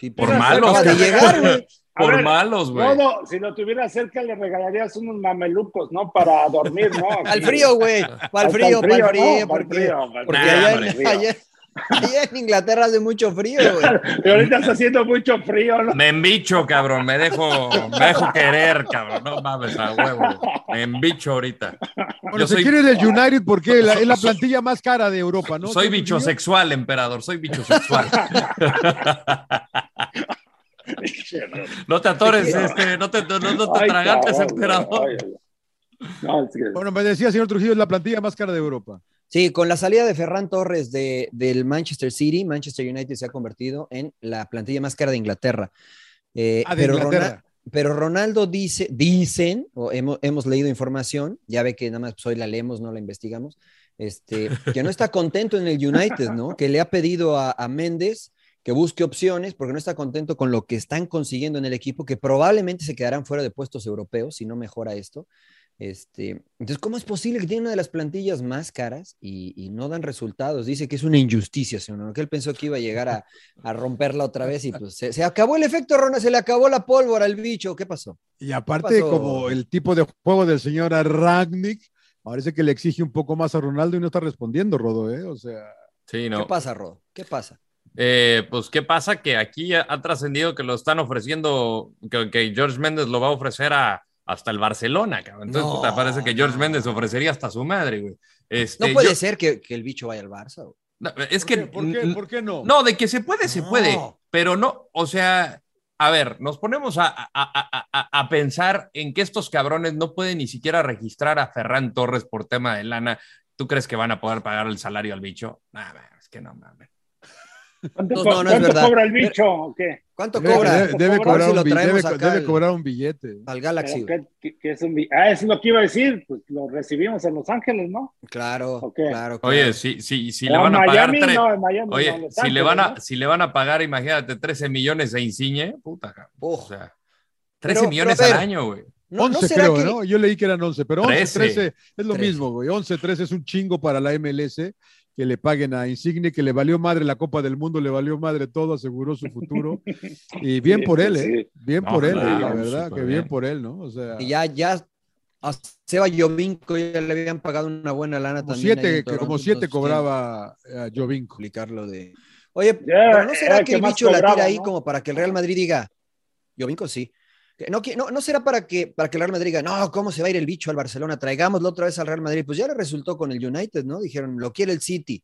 H: Tipo,
G: Por
H: se
G: malos.
H: acaba de llegar, güey.
I: A
G: Por
I: ver,
G: malos, güey.
I: Rodo, si lo tuviera cerca, le regalarías unos mamelucos, ¿no? Para dormir, ¿no?
H: Al frío, güey. Pa'l
I: Al
H: frío, pa'l frío.
I: ¿no? Pa'l
H: Porque,
I: frío, pa'l
H: porque
G: frío.
H: allá,
G: Nah,
H: en,
I: hombre.
H: allá- allá en Inglaterra hace mucho frío, güey.
I: Y ahorita está haciendo mucho frío, ¿no?
G: Me embicho, cabrón. Me dejo, me dejo querer, cabrón. No mames, a huevo. Me embicho ahorita.
J: Bueno,
G: Yo
J: se
G: soy,
J: quiere del United porque la- es la plantilla más cara de Europa, ¿no?
G: soy
J: ¿Tiene un
G: bicho
J: niño?
G: sexual, emperador. Soy bicho sexual. No te atores, este, no te, no, no te
I: Ay,
G: atragantes,
I: cabrón,
G: emperador.
I: güey. Ay, ay, ay. No, es que-
J: Bueno, me decía, señor Trujillo, es la plantilla más cara de Europa.
H: Sí, con la salida de Ferran Torres de, del Manchester City, Manchester United se ha convertido en la plantilla más cara de Inglaterra. Eh,
J: Ah, de
H: pero,
J: Inglaterra.
H: Rona- pero Ronaldo dice, dicen, o hemos, hemos leído información, ya ve que nada más pues, hoy la leemos, no la investigamos, este, que no está contento en el United, ¿no? Que le ha pedido a, a Méndez que busque opciones porque no está contento con lo que están consiguiendo en el equipo, que probablemente se quedarán fuera de puestos europeos si no mejora esto. Este, entonces, ¿cómo es posible que tiene una de las plantillas más caras y, y no dan resultados? Dice que es una injusticia, señor, ¿no? que él pensó que iba a llegar a, a romperla otra vez y pues se, se acabó el efecto, Rona, se le acabó la pólvora al bicho, ¿qué pasó?
J: Y aparte,
H: pasó?
J: como el tipo de juego del señor Ragnick, parece que le exige un poco más a Ronaldo y no está respondiendo, Rodo, ¿eh? O sea,
G: Sí,
H: ¿Qué
G: no.
H: pasa, Rodo? ¿Qué pasa?
G: Eh, pues, ¿qué pasa? Que aquí ha, ha trascendido que lo están ofreciendo, que, que George Méndez lo va a ofrecer a, hasta el Barcelona, cabrón. Entonces,
H: No,
G: puta, parece que George
H: no.
G: Méndez ofrecería hasta su madre, güey. Este,
H: No puede
G: yo-
H: ser que, que el bicho vaya al Barça. güey.
G: no, es
J: ¿por
G: que.
J: qué- ¿por qué, por qué no?
G: No, de que se puede, se
H: No.
G: puede. Pero no, o sea, a ver, nos ponemos a, a- a- a- a pensar en que estos cabrones no pueden ni siquiera registrar a Ferran Torres por tema de lana. ¿Tú crees que van a poder pagar el salario al bicho? Nah, man, es que no mames.
I: ¿Cuánto,
H: No,
I: co-
H: no, no es
I: cuánto
H: verdad.
I: cobra el bicho o qué?
H: ¿Cuánto
J: Debe-
H: cobra?
J: Debe,
H: A
J: debe
I: ¿Cobra?
H: ver
J: cobrar
H: si
J: un
H: lo
J: billete,
H: traemos
J: debe, co-
H: acá
J: debe
H: al-
J: cobrar un billete.
H: al Galaxy. güey.
I: Pero que- que es un vi- ah, eso es lo que iba a decir. Pues lo recibimos en Los Ángeles, ¿no?
H: Claro,
I: Ok.
H: claro.
G: Oye,
H: claro.
G: sí, sí, sí
I: O
G: le van a pagar
I: Miami,
G: tres-
I: no, en Miami, no, en
G: Oye,
I: Los
G: si le,
I: Ángeles,
G: van a,
I: ¿no?
G: si le van a pagar, imagínate, 13 millones de Insigne, puta, cabrón.
H: Uf.
G: o sea, 13
H: Pero-
G: millones
H: pero a
G: al
H: ver.
G: año, güey.
H: ¿No, no
J: 11
H: será
J: creo,
H: que-
J: ¿no? Yo leí que eran 11, pero 11, 13,
G: 13,
J: es lo
H: 13.
J: mismo, güey. 11, 13 es un chingo para la MLS que le paguen a Insigne, que le valió madre la Copa del Mundo, le valió madre todo, aseguró su futuro. Y bien
I: Sí,
J: por él,
I: sí,
J: ¿eh? Bien
G: No,
J: por él,
G: claro,
J: la verdad,
G: súper
J: que bien.
G: bien.
J: por él, ¿no? O sea,
H: Y ya, ya a Seba Jovinko ya le habían pagado una buena lana
J: como
H: también. ahí en
J: siete, que
H: Toronto,
J: como siete
H: entonces,
J: cobraba a Jovinko.
H: complicar lo de. Oye,
I: Ya,
H: pero ¿no será
I: era
H: que,
I: que
H: el
I: más
H: bicho la tira
I: cobraba,
H: ahí
I: ¿no?
H: como para que el Real Madrid diga, yo vinco sí? Que No, que- no, no será para que, para que el Real Madrid diga, no, ¿cómo se va a ir el bicho al Barcelona? Traigámoslo otra vez al Real Madrid. Pues ya le resultó con el United, ¿no? Dijeron, lo quiere el City.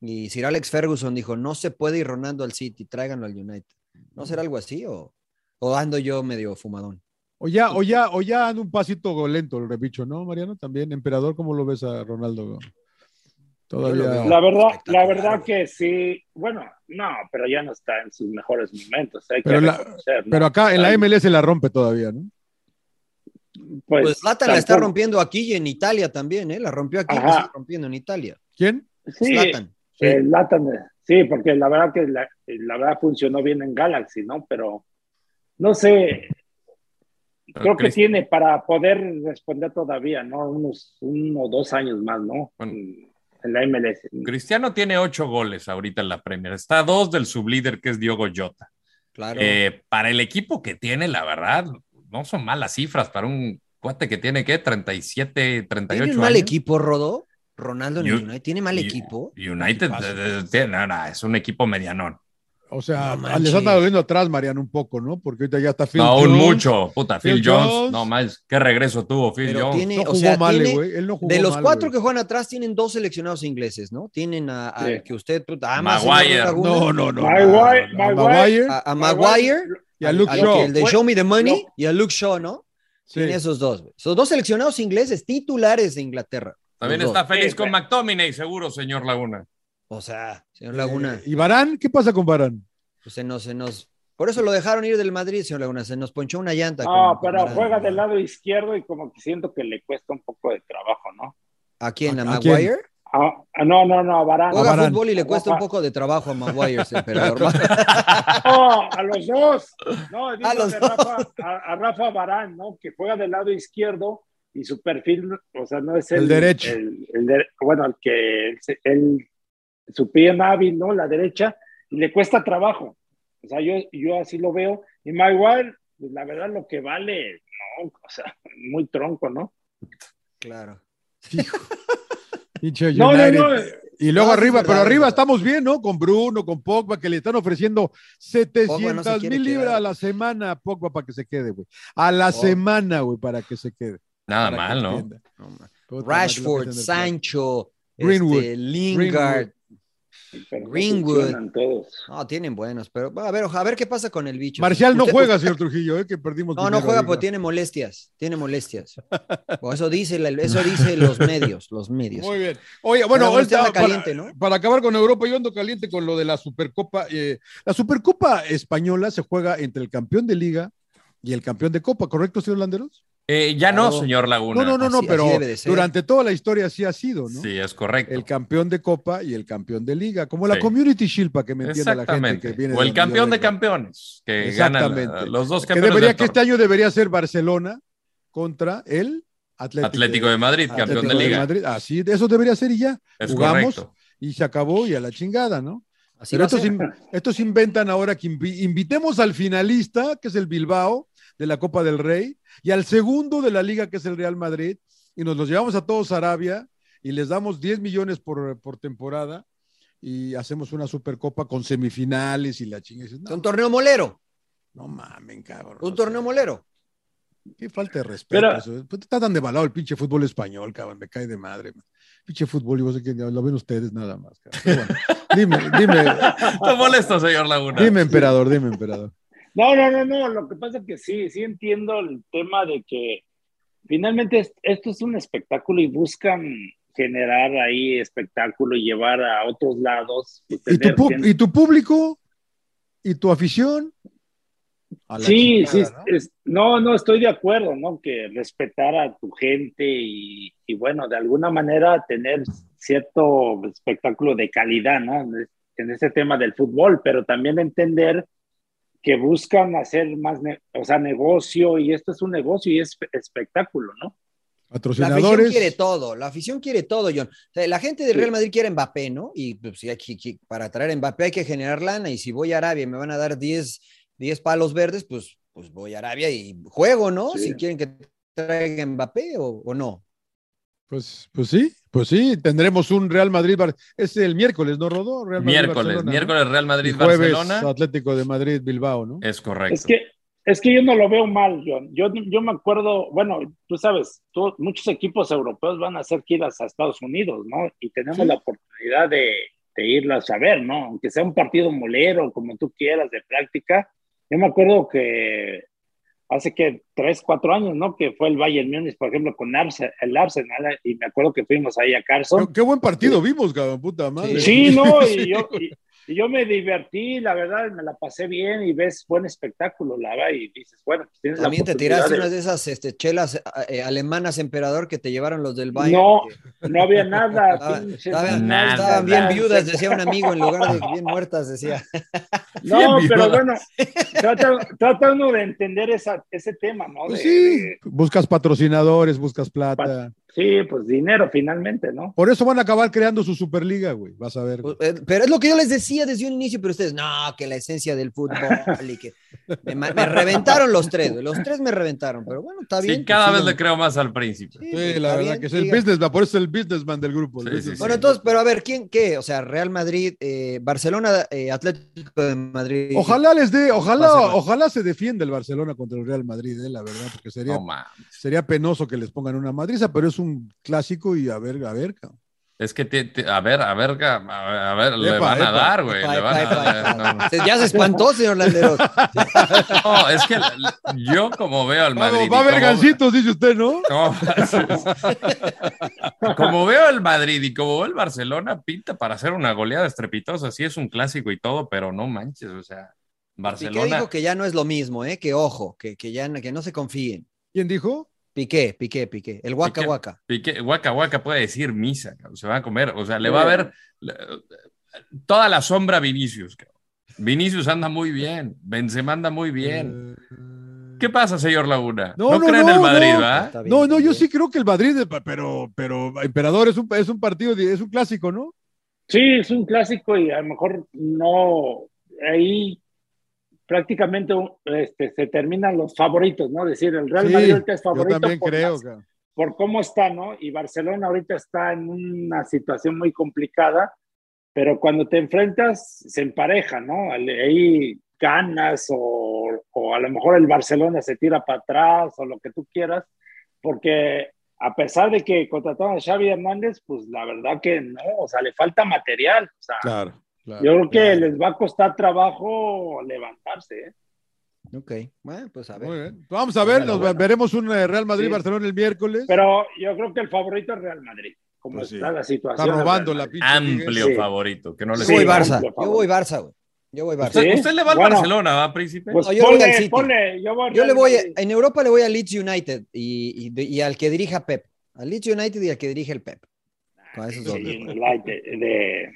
H: Y Sir Alex Ferguson dijo, no se puede ir Ronaldo al City, tráiganlo al United. ¿No será algo así o, o ando yo medio fumadón?
J: O ya, o ya, o ya anda un pasito lento el repicho, ¿no, Mariano? También, emperador, ¿cómo lo ves a Ronaldo?
H: Yo lo
J: Todavía.
H: veo-
I: La verdad, la
H: Espectacular,
I: verdad
H: güey.
I: que sí. Bueno, no, pero ya no está en sus mejores momentos. Hay
J: Pero
I: que
J: la-
I: reconocer, ¿no?
J: Pero acá en
I: Ay,
J: la MLS la rompe todavía, ¿no?
I: Pues,
H: Pues Zlatan la está
I: tampoco-
H: rompiendo aquí y en Italia también, ¿eh? La rompió aquí y la
I: Ajá.
H: está rompiendo en Italia.
J: ¿Quién?
I: Sí,
H: Zlatan.
I: el Zlatan, eh, sí, porque la verdad que la, la verdad funcionó bien en Galaxy, ¿no? Pero no sé. Creo que
G: Cristi-
I: tiene para poder responder todavía, ¿no? Unos uno o dos años más, ¿no?
G: Bueno.
I: En la MLS.
G: Cristiano tiene ocho goles ahorita en la Premier. Está a dos del sublíder que es Diogo Jota.
H: Claro.
G: Eh, para el equipo que tiene, la verdad, no son malas cifras para un cuate que tiene, ¿qué? 37, 38
H: ¿Tiene un mal
G: años.
H: equipo, Rodo? Ronaldo en el
G: Yo-
H: United. ¿Tiene mal
G: Y-
H: equipo?
G: United,
H: Equipazo.
G: eh, eh, tiene- no, no, es un equipo medianón.
J: O sea, ah, les anda doliendo atrás, Mariano, un poco, ¿no? Porque ahorita ya está Phil
G: No, aún
J: Jones.
G: mucho. Puta, Phil,
J: Phil
G: Jones.
J: Jones.
G: No más. Qué regreso tuvo Phil
J: Pero
G: Jones.
J: tiene-
G: No
J: o
G: jugó
J: sea,
G: mal,
J: tiene-
G: eh, güey.
J: güey, él no jugó
H: de los
J: mal,
H: cuatro que juegan atrás, tienen dos seleccionados ingleses, ¿no? Tienen a, a-
J: Sí.
H: que usted puta, ama,
J: Maguire.
H: señor Laguna.
J: No, no, no, Maguire, ah, no, no, no. Maguire.
H: A, a Maguire.
J: Y a Luke
H: al-
J: Shaw.
H: que El de Show Me the Money y a Luke Shaw, ¿no? Tiene esos dos, güey. Esos dos seleccionados ingleses titulares de Inglaterra.
G: También
H: Los
G: está
H: dos.
G: feliz con McTominay, seguro, señor Laguna.
H: O sea, señor Laguna.
J: Eh, ¿Y Barán? ¿Qué pasa con Barán?
H: Pues se nos, se nos. Por eso lo dejaron ir del Madrid, señor Laguna. Se nos ponchó una llanta.
I: No,
H: con- con
I: Ah, pero
H: Varane.
I: juega del lado izquierdo y como que siento que le cuesta un poco de trabajo, ¿no?
H: ¿A quién? ¿A,
I: ¿A quién?
H: Maguire?
I: Ah, ah, no, no, no, a Varane.
H: Juega fútbol y le cuesta un poco de trabajo a Maguire, sí, pero normal.
I: No, a los dos. No, digo
H: A los
I: de Rafa, a, a Rafa Barán, ¿no? Que juega del lado izquierdo y su perfil, o sea, no es el,
J: El derecho.
I: el- el de- bueno, el que él, se- él- su pie hábil, ¿no? La derecha, y le cuesta trabajo. O sea, yo, yo así lo veo. Y Maguire, pues, la verdad, lo que vale, no, o sea, muy tronco, ¿no?
H: Claro.
J: Pinche
I: No, no,
J: United.
I: no. eh.
J: Y luego
I: No, sí,
J: arriba,
I: es
J: pero
I: verdad,
J: arriba estamos bien, ¿no? Con Bruno, con Pogba, que le están ofreciendo 700
G: quiere
J: mil libras
G: quedar.
J: a la semana a Pogba para que se quede, güey. A la semana, güey, para que se quede.
G: Nada
J: Para
G: mal,
J: que
G: ¿no?
J: entienda. Puta madre, lo que
H: Rashford,
J: es en el
H: Sancho,
J: Greenwood,
H: este, Lingard,
I: Pero no
H: Greenwood.
I: funcionan todos.
H: No, tienen buenos, pero a ver, a ver qué pasa con el bicho.
J: Marcial no
H: Usted-
J: juega,
H: usted-
J: señor Trujillo, ¿eh? Que perdimos.
H: No, no
J: dinero
H: juega
J: ahí,
H: porque tiene molestias, tiene molestias. O eso dice, la- eso dice los medios, los medios.
J: Muy bien. Oye, bueno,
H: Pero usted
J: ahorita
H: anda
J: para,
H: caliente, ¿no?
J: para acabar con Europa, yo ando caliente con lo de la Supercopa. eh, la Supercopa española se juega entre el campeón de Liga y el campeón de Copa, ¿correcto, señor Landeros?
G: Eh, ya no,
J: Claro.
G: señor Laguna.
J: No, no, no, no, pero durante toda la historia así ha sido, ¿no?
G: Sí, es correcto.
J: El campeón de Copa y el campeón de Liga, como la
G: Sí.
J: Community Shield, para que me entienda la gente
G: Exactamente.
J: que viene
G: o
J: de
G: el
J: la
G: campeón
J: Liga
G: de campeones, que
J: Exactamente.
G: ganan los dos
J: Que,
G: campeones.
J: debería,
G: del
J: que este año debería ser Barcelona contra el Atlético,
G: Atlético de Madrid, campeón
J: Atlético
G: de Liga.
J: Madrid. Así, eso debería ser y ya.
G: Es
J: Jugamos
G: correcto.
J: y se acabó y a la chingada, ¿no?
H: Así
J: Pero
H: va a
J: estos,
H: ser.
J: in- estos inventan ahora que invi- invitemos al finalista, que es el Bilbao, de la Copa del Rey, y al segundo de la Liga, que es el Real Madrid, y nos los llevamos a todos a Arabia y les damos 10 millones por, por temporada y hacemos una supercopa con semifinales y la chingada.
H: Un torneo molero.
J: No mamen, cabrón.
H: Un torneo molero.
J: Qué falta de respeto. eso. Pues está tan devaluado el pinche fútbol español, cabrón. Me cae de madre. man. Pinche fútbol, y vos sé que lo ven ustedes nada más. cabrón. Pero bueno, dime, dime,
G: Está molesto, señor Laguna.
J: dime, emperador, dime, emperador.
I: No, no, no, no. Lo que pasa es que sí, sí entiendo el tema de que finalmente es- esto es un espectáculo y buscan generar ahí espectáculo y llevar a otros lados. y
J: ¿Y tu,
I: tener
J: pub-
I: gente-
J: y tu público? ¿Y tu afición? A la
I: sí,
J: chingada,
I: sí. es- ¿no? no, estoy de acuerdo, ¿no? Que respetar a tu gente y, y, bueno, de alguna manera tener cierto espectáculo de calidad, ¿no? En ese tema del fútbol, pero también entender que buscan hacer más, ne- o sea, negocio y esto es un negocio y es espectáculo, ¿no?
H: La afición quiere
J: Patrocinadores.
H: todo, la afición quiere todo, John. O sea, la gente del Real Madrid quiere Mbappé, ¿no? Y pues, sí, aquí- aquí, para traer a Mbappé hay que generar lana y si voy a Arabia y me van a dar 10, 10 palos verdes, pues, pues voy a Arabia y juego, ¿no?
J: Sí.
H: Si quieren que traiga Mbappé o, o no.
J: Pues, pues sí, pues sí. Tendremos un Real Madrid. Bar- Es el miércoles, ¿no, Rodó? Real Madrid,
G: Miércoles,
J: Barcelona, ¿no?
G: miércoles Real
J: Y
G: Madrid,
J: jueves,
G: Barcelona. Eh,
J: Atlético de Madrid, Bilbao, ¿no?
G: Es correcto.
I: Es que, es que yo no lo veo mal, John. Yo, yo me acuerdo, bueno, tú sabes, tú- muchos equipos europeos van a hacer giras a Estados Unidos, ¿no? Y tenemos la oportunidad de, de irlas a ver, ¿no? Aunque sea un partido molero, como tú quieras, de práctica. Yo me acuerdo que hace que tres, cuatro años, ¿no? Que fue el Bayern Múnich, por ejemplo, con Arse- el Arsenal, y me acuerdo que fuimos ahí a Carson.
J: Qué buen partido vimos, cabrón, puta madre.
I: Sí, no, y yo, y- y yo me divertí, la verdad, me la pasé bien y ves buen espectáculo, la verdad, y dices, bueno, pues tienes la
H: También te
I: oportunidad
H: tiraste
I: de-
H: unas de esas este, chelas eh, alemanas, emperador, que te llevaron los del Bayern.
I: No, no había nada.
H: Estaba-
I: pinches,
H: estaban,
I: nada.
H: estaban bien viudas, decía un amigo, en lugar de bien muertas, decía.
I: No,
H: Bien
I: pero
H: viuda.
I: bueno, trata, trata uno de entender esa, ese tema, ¿no?
J: Pues
I: De-
J: sí,
I: de-
J: buscas patrocinadores, buscas plata.
I: Sí, pues dinero finalmente, ¿no?
J: Por eso van a acabar creando su Superliga, güey. Vas a ver. güey.
H: Pues, eh, Pero es lo que yo les decía desde un inicio, pero ustedes, no, que la esencia del fútbol y que me, ma- me reventaron los tres, güey. Los tres me reventaron, pero bueno, está bien.
G: Sí, cada
H: pues,
G: vez
H: sigan.
G: le creo más al príncipe.
J: Sí,
H: pues,
J: la
H: está
J: verdad
H: bien,
J: que es el
H: diga.
J: businessman, por eso es el businessman del grupo. el
G: Sí, sí,
J: businessman.
H: Bueno, entonces, pero a ver, ¿quién qué? O sea, Real Madrid, eh, Barcelona, eh, Atlético de Madrid.
J: Ojalá les dé, ojalá,
H: Barcelona.
J: ojalá se defienda el Barcelona contra el Real Madrid, eh, la verdad, porque sería,
G: No mames.
J: sería penoso que les pongan una madriza, pero es un clásico y a ver, a ver, cabrón.
G: Es que, te- te- a ver, a ver, a ver, a ver, le
J: Epa,
G: van a
J: epa.
G: dar, güey.
H: Epa,
G: le van
H: epa,
G: a
H: epa,
G: dar,
H: epa.
G: no.
H: Se- Ya se espantó, señor Landeros.
G: No, es que la- la- yo como veo al Madrid. y
J: Vamos, va a haber
G: como-
J: gancitos, dice usted, ¿no?
G: no, es- como veo al Madrid y como veo el Barcelona, pinta para hacer una goleada estrepitosa. Sí es un clásico y todo, pero no manches, o sea,
H: Piqué
G: Barcelona.
H: dijo que ya no es lo mismo, ¿eh? Que ojo, que, que ya no- que no se confíen.
J: ¿Quién dijo?
H: Piqué, Piqué, Piqué. El Waka
G: Piqué.
H: Waka.
G: Piqué, Guaca Guaca puede decir misa, cabrón, se va a comer, o sea, le va a ver le- toda la sombra a Vinicius. cabrón. Vinicius anda muy bien, Benzema anda muy bien.
J: Eh,
G: ¿Qué pasa, señor Laguna? No,
J: No, no,
G: creen
J: no,
G: el Madrid,
J: no.
G: ¿va?
H: Está bien,
J: No, no,
H: está
J: yo
H: bien.
J: sí creo que el Madrid, es- pero, pero Emperador es un, es un partido, de- es un clásico, ¿no?
I: Sí, es un clásico y a lo mejor no, ahí prácticamente este, se terminan los favoritos, ¿no? Decir, el Real
J: Sí,
I: Madrid ahorita es
J: Yo
I: favorito
J: también
I: por,
J: creo,
I: las-
J: cabrón.
I: por cómo está, ¿no? Y Barcelona ahorita está en una situación muy complicada, pero cuando te enfrentas se empareja, ¿no? Al- Ahí ganas o, o a lo mejor el Barcelona se tira para atrás o lo que tú quieras, porque a pesar de que contrataron a Xavi Hernández, pues la verdad que no, o sea, le falta material. O sea,
J: Claro, claro.
I: yo creo que les va a costar trabajo levantarse. ¿eh?
H: Ok. Bueno, pues a
J: Muy
H: ver.
J: bien. Vamos a ver,
I: Bueno,
J: nos
I: bueno.
J: veremos un eh, Real
I: Sí.
J: Madrid-Barcelona el miércoles.
I: Pero yo creo que el favorito es Real Madrid, como
J: Pues sí.
I: está la
J: Está
I: situación.
J: robando
I: el
J: la
I: Real Madrid.
J: pinche liga.
G: Amplio
I: Sí.
G: favorito, que no les
H: Yo voy
I: Sí,
G: digan.
H: Barça.
I: por favor.
H: Yo voy Barça, güey. Yo voy Barça.
G: Usted,
I: Sí.
G: usted le va al
I: Bueno.
G: Barcelona, ¿va, príncipe?
I: Pues
H: ¿Eh? No, yo voy al
I: ponle,
H: City.
I: ponle, yo voy al
H: Yo le
I: Real
H: voy, a-
I: Madrid.
H: en Europa le voy a Leeds United y, y de- y al que dirija Pep. Al Leeds United y al que dirige el Pep.
J: Ah,
H: Con esos dos.
I: Sí, like de, de,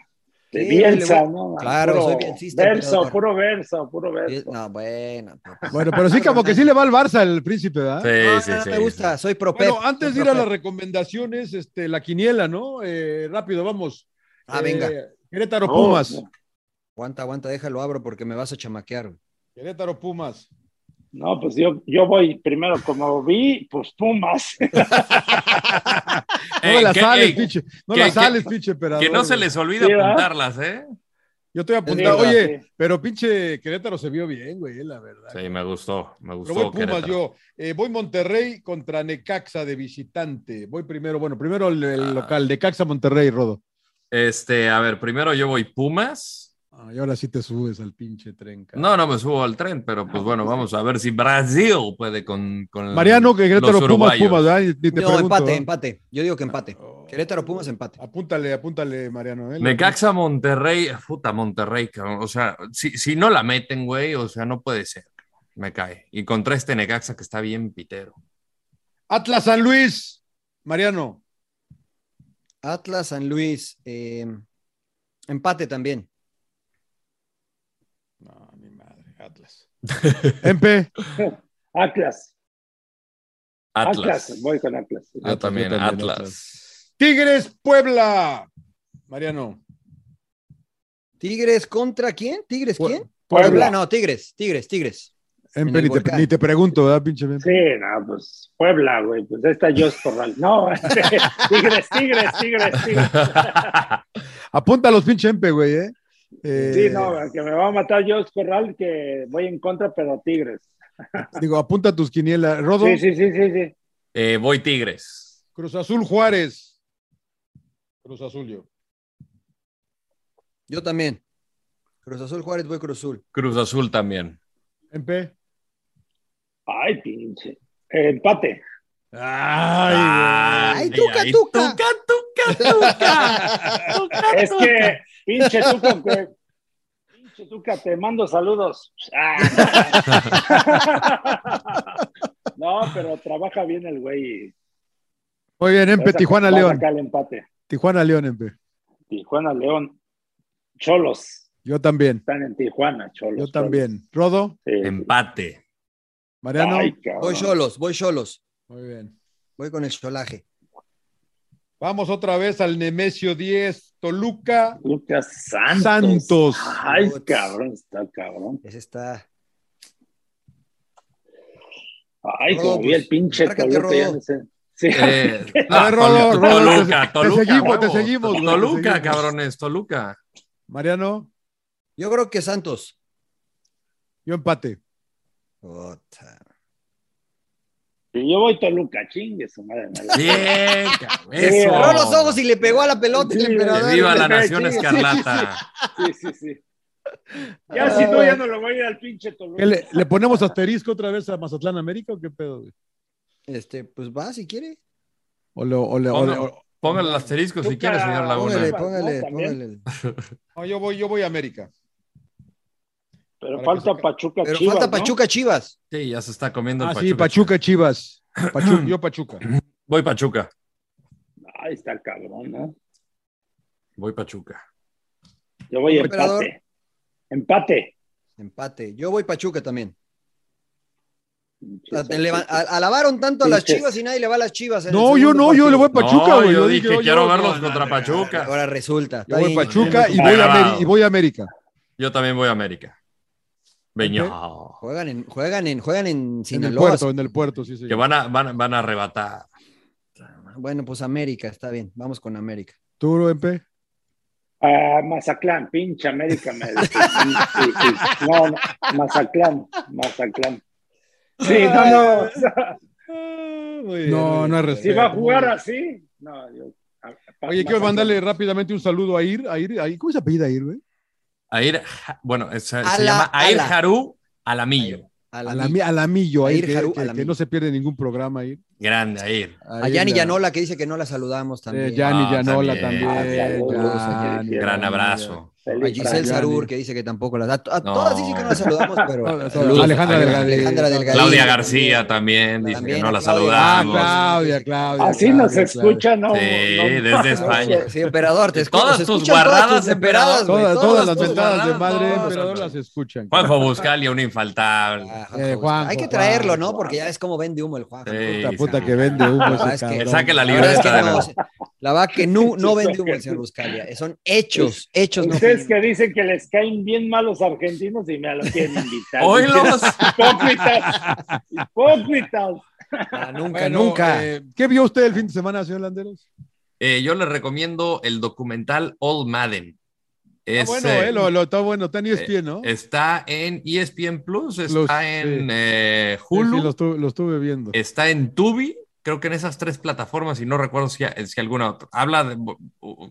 I: de
H: Sí,
I: Bielsa,
H: le voy-
I: ¿no?
H: Claro,
I: Puro
H: soy bielcista,
I: Verso,
H: emperador.
I: puro verso, puro verso.
H: No, bueno. pues,
J: Bueno, pero sí, como que sí le va al Barça el príncipe, ¿verdad?
G: Sí,
H: no,
G: sí,
H: no, no
G: sí.
H: me gusta, soy pro
J: Bueno,
H: Pep,
J: antes de
H: soy
J: ir
H: pro
J: a las
H: Pep.
J: recomendaciones, este, la quiniela, ¿no? Eh, rápido, vamos.
H: Ah,
J: Eh,
H: venga.
J: Querétaro
I: No,
J: Pumas.
I: no.
H: Aguanta, aguanta, déjalo abro porque me vas a chamaquear. güey.
J: Querétaro Pumas.
I: No, pues yo, yo voy primero, como vi, pues Pumas.
J: No
G: Ey,
J: me la
G: que-
J: sales,
G: ey,
J: pinche. No
G: que-
J: la
G: que-
J: sales, pinche emperador.
G: Que no se
J: güey.
G: les olvide
I: Sí, ¿verdad?
G: apuntarlas, ¿eh?
J: Yo estoy
H: Es
J: apuntando.
H: verdad,
J: Oye,
I: sí.
J: pero pinche Querétaro se vio bien, güey, eh, la verdad.
G: Sí, me gustó, me
J: Pero
G: gustó.
J: voy Pumas
G: Querétaro.
J: yo. Eh, voy Monterrey contra Necaxa de visitante. Voy primero, bueno, primero el, el
G: Ah.
J: local, Necaxa Monterrey, Rodo.
G: Este, a ver, primero yo voy Pumas.
J: Ah, y ahora sí te subes al pinche tren. cabrón.
G: No, no me subo al tren, pero
H: Ah,
G: pues bueno, vamos a ver si Brasil puede con, con
J: Mariano, que Querétaro
G: los
J: Pumas,
G: uruguayos.
J: Pumas, ¿verdad? Ni- ni te
H: No,
J: pregunto, ¿eh?
H: empate,
J: ¿verdad?
H: empate. Yo digo que empate.
J: Oh.
H: Querétaro Pumas empate.
J: Apúntale, apúntale, Mariano. ¿eh?
G: Necaxa Monterrey, puta Monterrey, cabrón. O sea, si, si no la meten, güey, o sea, no puede ser. cabrón. Me cae. Y contra este Necaxa que está bien pitero.
J: Atlas San Luis, Mariano.
H: Atlas San Luis, eh, empate también.
J: No, mi madre, Atlas. Empe.
I: Atlas,
G: Atlas.
I: Atlas, voy con Atlas.
H: Ah,
G: Yo también,
J: Yo también,
G: Atlas.
J: Tigres Puebla, Mariano.
H: Tigres contra quién? ¿Tigres quién?
I: Puebla.
H: Puebla, no, Tigres, Tigres, Tigres. En
J: Empe,
H: el
J: ni te,
H: volcán.
J: ni te pregunto, ¿verdad, pinche Empe?
I: Sí, no, pues Puebla, güey, pues esta Jos Corral. No, Tigres, Tigres, Tigres, Tigres.
J: Apunta a los pinche Empe, güey, ¿eh? Eh,
I: Sí, no, que me va a matar Jos Corral, que voy en contra, pero Tigres.
J: Digo, apunta a tus quinielas. Rodo,
I: Sí, sí, sí, sí, sí.
G: Eh, voy Tigres.
J: Cruz Azul Juárez. Cruz Azul yo.
H: Yo también. Cruz Azul Juárez, voy Cruz Azul.
G: Cruz Azul también.
J: Empe.
I: Ay, pinche. Eh, empate.
H: Ay, tuca, tuca.
G: Ah, tuca, tuca, tuca. Tuca,
I: Es
G: tuca.
I: que, pinche Tuca, que- pinche Tuca, te mando saludos. Ah. No, pero trabaja bien el güey. y
J: Muy bien, Empe,
I: va a sac-
J: Tijuana
I: va a
J: León.
I: sacar el empate.
J: Tijuana León, Empe.
I: Tijuana, León. Cholos.
J: Yo también.
I: Están en Tijuana, Cholos.
J: Yo también. Rodo,
I: Sí.
G: Em, Empate.
J: Mariano.
I: Ay, cabrón.
H: Voy solos, voy solos.
J: Muy bien.
H: Voy con el solaje.
J: Vamos otra vez al Nemesio 10, Toluca.
I: Lucas Santos.
J: Santos.
I: Ay, cabrón, está cabrón.
H: Ese está.
I: Ay, como vi el pinche
H: Márcate,
I: Toluca, ya
H: Rodo.
I: no sé. Sí.
G: Eh,
J: A ver, Rolo,
G: Tolu-
J: Rolo,
G: Toluca, Toluca,
J: te- te seguimos, te
G: huevos.
J: seguimos. güey, te
G: Toluca,
J: seguimos.
G: cabrones, Toluca.
J: Mariano,
H: Yo creo que Santos.
J: yo empate.
H: Puta.
I: Y yo voy Toluca, chingue su madre. me la-
G: Bien, cabrón,
I: Sí,
G: eso.
I: Rolo
H: Cerró Eh, los ojos y le pegó a la pelota el
I: Sí,
H: emperador.
G: Que viva la
I: Sí,
G: nación
I: sí, sí,
G: escarlata.
I: Sí, sí, sí.
J: Ah,
I: Ya si no, ya no lo voy a ir al pinche Toluca.
J: ¿Qué le, le ponemos asterisco otra vez a Mazatlán América o qué pedo? güey?
H: Este, pues va si quiere.
J: O le- o le- o le- o-
G: Póngale el asterisco si
I: Toluca,
G: quiere, señor
H: Póngale,
G: Laguna.
I: Bueno,
H: póngale,
I: no, también.
H: póngale.
J: No, yo voy, yo voy a América.
I: Pero
J: Para
I: falta
J: que se-
I: Pachuca
H: Pero
I: Chivas,
H: falta
I: ¿no?
H: Pachuca Chivas.
G: Sí, ya se está comiendo el
J: Ah,
G: Pachuca.
J: sí, Pachuca Chivas. Pachuca, yo Pachuca.
G: Voy Pachuca.
I: Ay, está cabrón, ¿no?
G: Voy Pachuca.
I: Yo voy empate.
H: Emperador.
I: Empate.
H: Empate. Yo voy Pachuca también.
G: Ah,
H: La- te levan- a- alabaron tanto a las
I: Pinches.
H: Chivas y nadie le va a las Chivas. en el
J: No, yo
H: segundo
J: no, yo le voy a
H: partido.
J: Pachuca,
G: No,
J: güey.
G: yo
J: Yo
G: dije,
J: yo-
G: quiero
J: yo-
G: verlos contra Pachuca.
H: Ahora resulta.
J: Yo
H: está
J: voy
H: bien.
J: Pachuca y
G: Está
J: voy, a
G: grabado.
J: Ameri- y voy a América.
G: Yo también voy a América. Beño.
H: Juegan en, juegan en, juegan en
J: En el
H: Sinaloa.
J: puerto, en el puerto, sí, sí.
G: Que van a, van, a- van a arrebatar.
H: Bueno, pues América, está bien. Vamos con América.
J: ¿Tú, MP?
I: Ah, Mazaclán, pinche América. Me... sí, sí, sí. No, no, Mazaclán, Mazaclán. Sí, no, no.
G: Ah,
J: No, no es
I: Si
J: respeto.
I: va a jugar así. No, yo- a- pa-
J: Oye, quiero
I: Mazatlán.
J: mandarle rápidamente un saludo a Ir, a Ir, a Ir. ¿Cómo se apellida Ir, güey?
G: Air, Ja- bueno, es- se,
H: Ala,
G: llama Air
H: ala.
G: Haru Alamillo.
H: A la,
J: A la, mi- a la Millo, a
H: Ahí,
J: Ir, que,
H: Jaru,
J: que-
H: a la
J: que no se pierde ningún programa, Ir.
G: Grande, Air.
H: a Yanni Yanola que dice que no la
J: Eh,
H: saludamos también.
J: Yanni
G: Ah,
J: Yanola
G: también.
J: también.
I: Ah,
J: Yanni,
G: Gran
J: Yanni.
G: abrazo.
H: a
I: Feliz
H: Giselle
J: Yanni.
H: Sarur que dice que tampoco las. A, a
G: No.
H: todas dicen que no las saludamos, pero.
J: Hola,
G: Saludos.
J: Alejandra Delgadillo.
H: Alejandra Delgadillo.
G: Claudia García también dice
H: También
G: que no
H: a
G: la
H: Claudia.
J: Ah,
G: saludamos.
J: Claudia, Claudia.
I: Así
J: Claudia,
I: nos
J: Claudia.
I: escucha, ¿no?
G: Sí,
I: no,
G: desde España.
H: Sí, emperador, te escucho.
G: Todas
H: se
G: tus
H: escuchan todas
G: guarradas,
H: tus emperadas, güey,
J: Todas, todas las
H: tus
J: mentadas de
G: guardadas,
J: madre,
G: todas,
J: emperador,
G: todas.
J: las escuchan.
G: Juanjo Buscalia, un infaltable.
H: Ah,
J: Eh,
H: Juanjo,
J: Juanjo,
H: hay que
J: Juanjo,
H: traerlo, ¿no?
I: Juanjo.
H: Porque ya es como vende humo el Juanjo.
G: Sí,
J: Puta
G: sí.
J: puta que vende humo
H: La verdad
J: ese
H: Ah, es que-
J: cabrón.
G: Que saque la
H: La verdad es
G: libreta
H: que
G: de
H: no,
G: la-
H: se- la verdad que no, no vende humo el señor Buscalia. Son hechos, hechos. no
I: Ustedes
H: opiniones.
I: que dicen que les caen bien mal los argentinos y me lo quieren invitar.
G: Oílos.
I: Hipócritas. Hipócritas.
H: Ah, nunca,
J: Bueno,
H: nunca.
J: eh, ¿Qué vio usted el fin de semana, señor Landeros?
G: Eh, yo les recomiendo el documental All Madden.
J: Ah,
G: Es,
J: bueno,
G: eh,
J: eh, lo, lo- está bueno, está en ESPN, ¿no?
H: eh,
G: Está en E ESPN Plus, está
J: Los-
G: en
J: sí.
G: eh,
J: Sí,
G: Hulu,
J: sí, lo estuve, lo estuve viendo.
G: está en Tubi, creo que en esas tres plataformas, y no recuerdo si, si alguna otra. Habla de.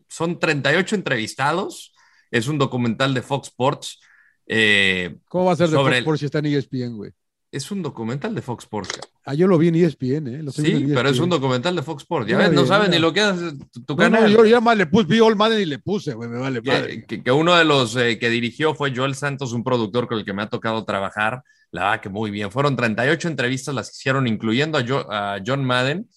G: Son 38 entrevistados, es un documental de Fox Sports. eh,
J: ¿Cómo va a ser de
G: sobre
J: Fox
G: el-
J: Sports si está en E ESPN, güey?
G: es un documental de Fox Sports. cara.
J: Ah, yo lo vi en ESPN, ¿eh? Lo estoy
G: Sí,
J: viendo en
G: pero es
J: ESPN.
G: un documental de Fox Sports. Ya
J: Mira
G: ves, no
J: bien,
G: sabes
J: mira.
G: ni lo que hace tu, tu
J: No, no,
G: canal.
J: yo, yo más le puse, vi All Madden y le puse, güey, me vale.
G: que,
J: madre.
G: que- que uno de los eh, que dirigió fue Joel Santos, un productor con el que me ha tocado trabajar. La verdad que muy bien. Fueron 38 entrevistas las que hicieron, incluyendo a, Jo- a John Madden,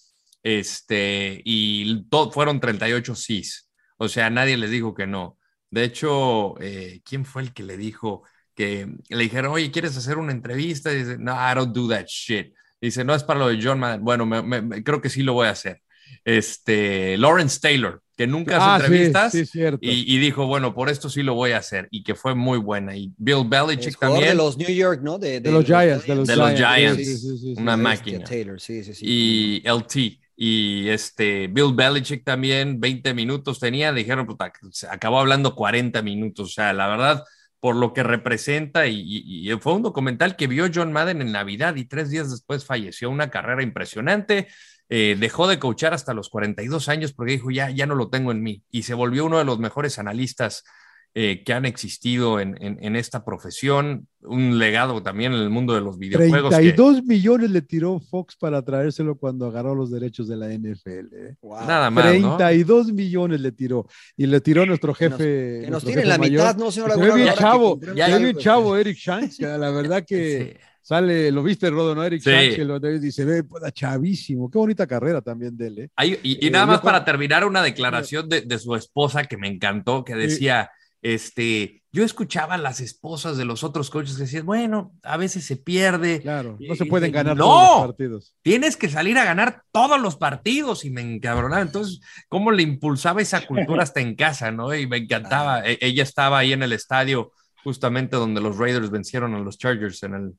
G: este, y to- fueron 38 sís. O sea, nadie les dijo que no. De hecho, eh, ¿quién fue el que le dijo que le dijeron, oye, ¿quieres hacer una entrevista? Y dice, no, I don't do that shit. Dice, no es para lo de John Madden. Bueno, me- me- me- creo que sí lo voy a hacer. Este, Lawrence Taylor, que nunca hace
J: Ah, sí,
G: entrevistas
J: sí, cierto.
G: y, y dijo, bueno, por esto sí lo voy a hacer, y que fue muy buena. Y Bill
H: Es
G: Belichick
H: jugador de
G: también,
H: los New York, ¿no? De,
J: de los Giants, de los
G: de los
J: Giants.
G: Giants.
J: Sí, sí, sí, sí.
G: una
H: Este,
G: máquina.
H: Taylor, sí, sí, sí.
G: y LT, y este, Bill Belichick también, 20 minutos tenía, dijeron, puta, se acabó hablando 40 minutos, o sea, la verdad, por lo que representa, y, y- y fue un documental que vio John Madden en Navidad y tres días después falleció, una carrera impresionante. Eh, dejó de coachar hasta los 42 años porque dijo, ya, ya no lo tengo en mí, y se volvió uno de los mejores analistas eh, que han existido en, en- en esta profesión, un legado también en el mundo de los videojuegos. que-
J: 32 millones le tiró Fox para traérselo cuando agarró los derechos de la NFL. ¿eh?
H: Wow.
G: Nada más. ¿no?
J: 32 millones le tiró. Y le tiró nuestro
H: Que nos-
J: jefe.
H: Que nos
J: nuestro
H: tienen
J: jefe
H: la
J: mayor.
H: mitad, ¿no, señor
J: Se ve
H: Laguna?
J: bien
H: Ahora que
J: chavo,
H: compremos
G: ya
J: se ve
H: algo,
J: bien
H: pues,
J: chavo Eric Shanks, que la verdad que
G: Sí.
J: sale, lo viste Rodo, ¿no? Eric
G: Sí.
J: Shanks, que lo- y se ve puta, chavísimo. Qué bonita carrera también de él, ¿eh?
G: Hay- y, y
J: Eh,
G: nada
J: yo
G: más
J: con-
G: para terminar, una declaración de, de su esposa que me encantó, que decía, Este, yo escuchaba a las esposas de los otros coaches que decían, bueno, a veces se pierde.
J: Claro, no se pueden ganar
G: no,
J: todos los partidos.
G: Tienes que salir a ganar todos los partidos y me encabronaba. Entonces, ¿cómo le impulsaba esa cultura hasta en casa, no? Y me encantaba. E- Ella estaba ahí en el estadio, justamente donde los Raiders vencieron a los Chargers en el,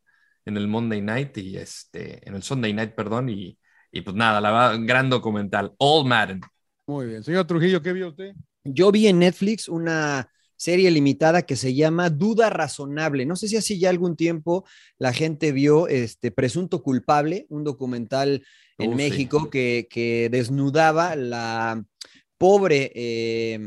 G: en el Monday Night y este, en el Sunday Night, perdón. Y, y pues nada, la verdad, gran documental, All Madden.
J: Muy bien. Señor Trujillo, ¿qué vio usted?
H: Yo vi en Netflix una serie limitada que se llama Duda Razonable. No sé si así ya algún tiempo la gente vio este Presunto Culpable, un documental en
G: Oh, sí.
H: México que, que desnudaba la pobre eh,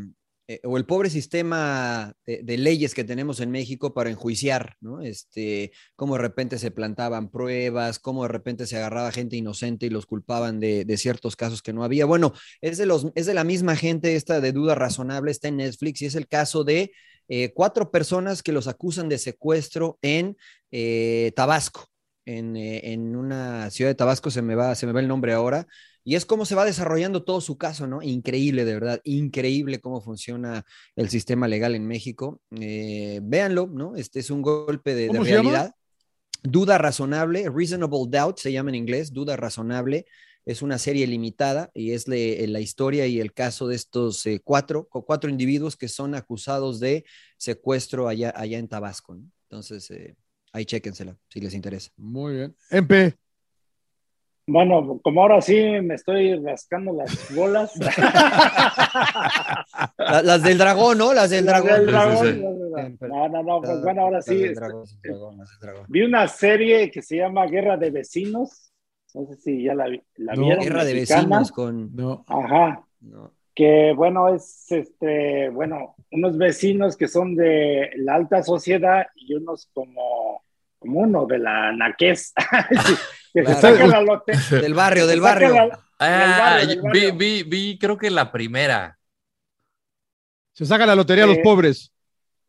H: eh, o el pobre sistema de, de leyes que tenemos en México para enjuiciar, ¿no? Este, cómo de repente se plantaban pruebas, cómo de repente se agarraba gente inocente y los culpaban de, de ciertos casos que no había. Bueno, es de, los, es de la misma gente esta de duda razonable, está en Netflix y es el caso de eh, cuatro personas que los acusan de secuestro en eh, Tabasco, en, eh, en una ciudad de Tabasco, se me, va, se me va el nombre ahora, y es cómo se va desarrollando todo su caso, ¿no? Increíble, de verdad, increíble cómo funciona el sistema legal en México. Eh, véanlo, ¿no? Este es un golpe de, de
J: ¿Cómo se llama?
H: realidad. Duda razonable, reasonable doubt se llama en inglés, duda razonable. Es una serie limitada y es le- eh, la historia y el caso de estos eh, cuatro, cu- cuatro individuos que son acusados de secuestro allá, allá en Tabasco. ¿no? Entonces, eh, ahí chéquensela si les interesa.
J: Muy bien. MP.
I: Bueno, como ahora sí me estoy rascando las bolas.
H: La- las del dragón, ¿no? Las del
I: Las
H: dragón.
I: del dragón,
H: Sí, sí, sí.
I: las del dragón. No, no, no, pues bueno, ahora
H: Las
I: sí.
H: del
I: este,
H: dragón, las del dragón, las del dragón.
I: Vi una serie que se llama Guerra de Vecinos. No sé si ya la, vi- la
H: No,
I: vieron.
H: guerra de
I: mexicana.
H: vecinos con.
J: No.
I: Ajá. Que bueno, es este, bueno, unos vecinos que son de la alta sociedad y unos como, como uno de la naquez. que se
H: Claro.
I: sacan la lote-
H: Del barrio, del
I: que sacan
H: barrio.
I: la- del
G: Ah,
I: barrio, del
G: y-
I: barrio.
G: Vi, vi, vi, creo que la primera.
J: Se saca la lotería a los
I: Eh,
J: pobres.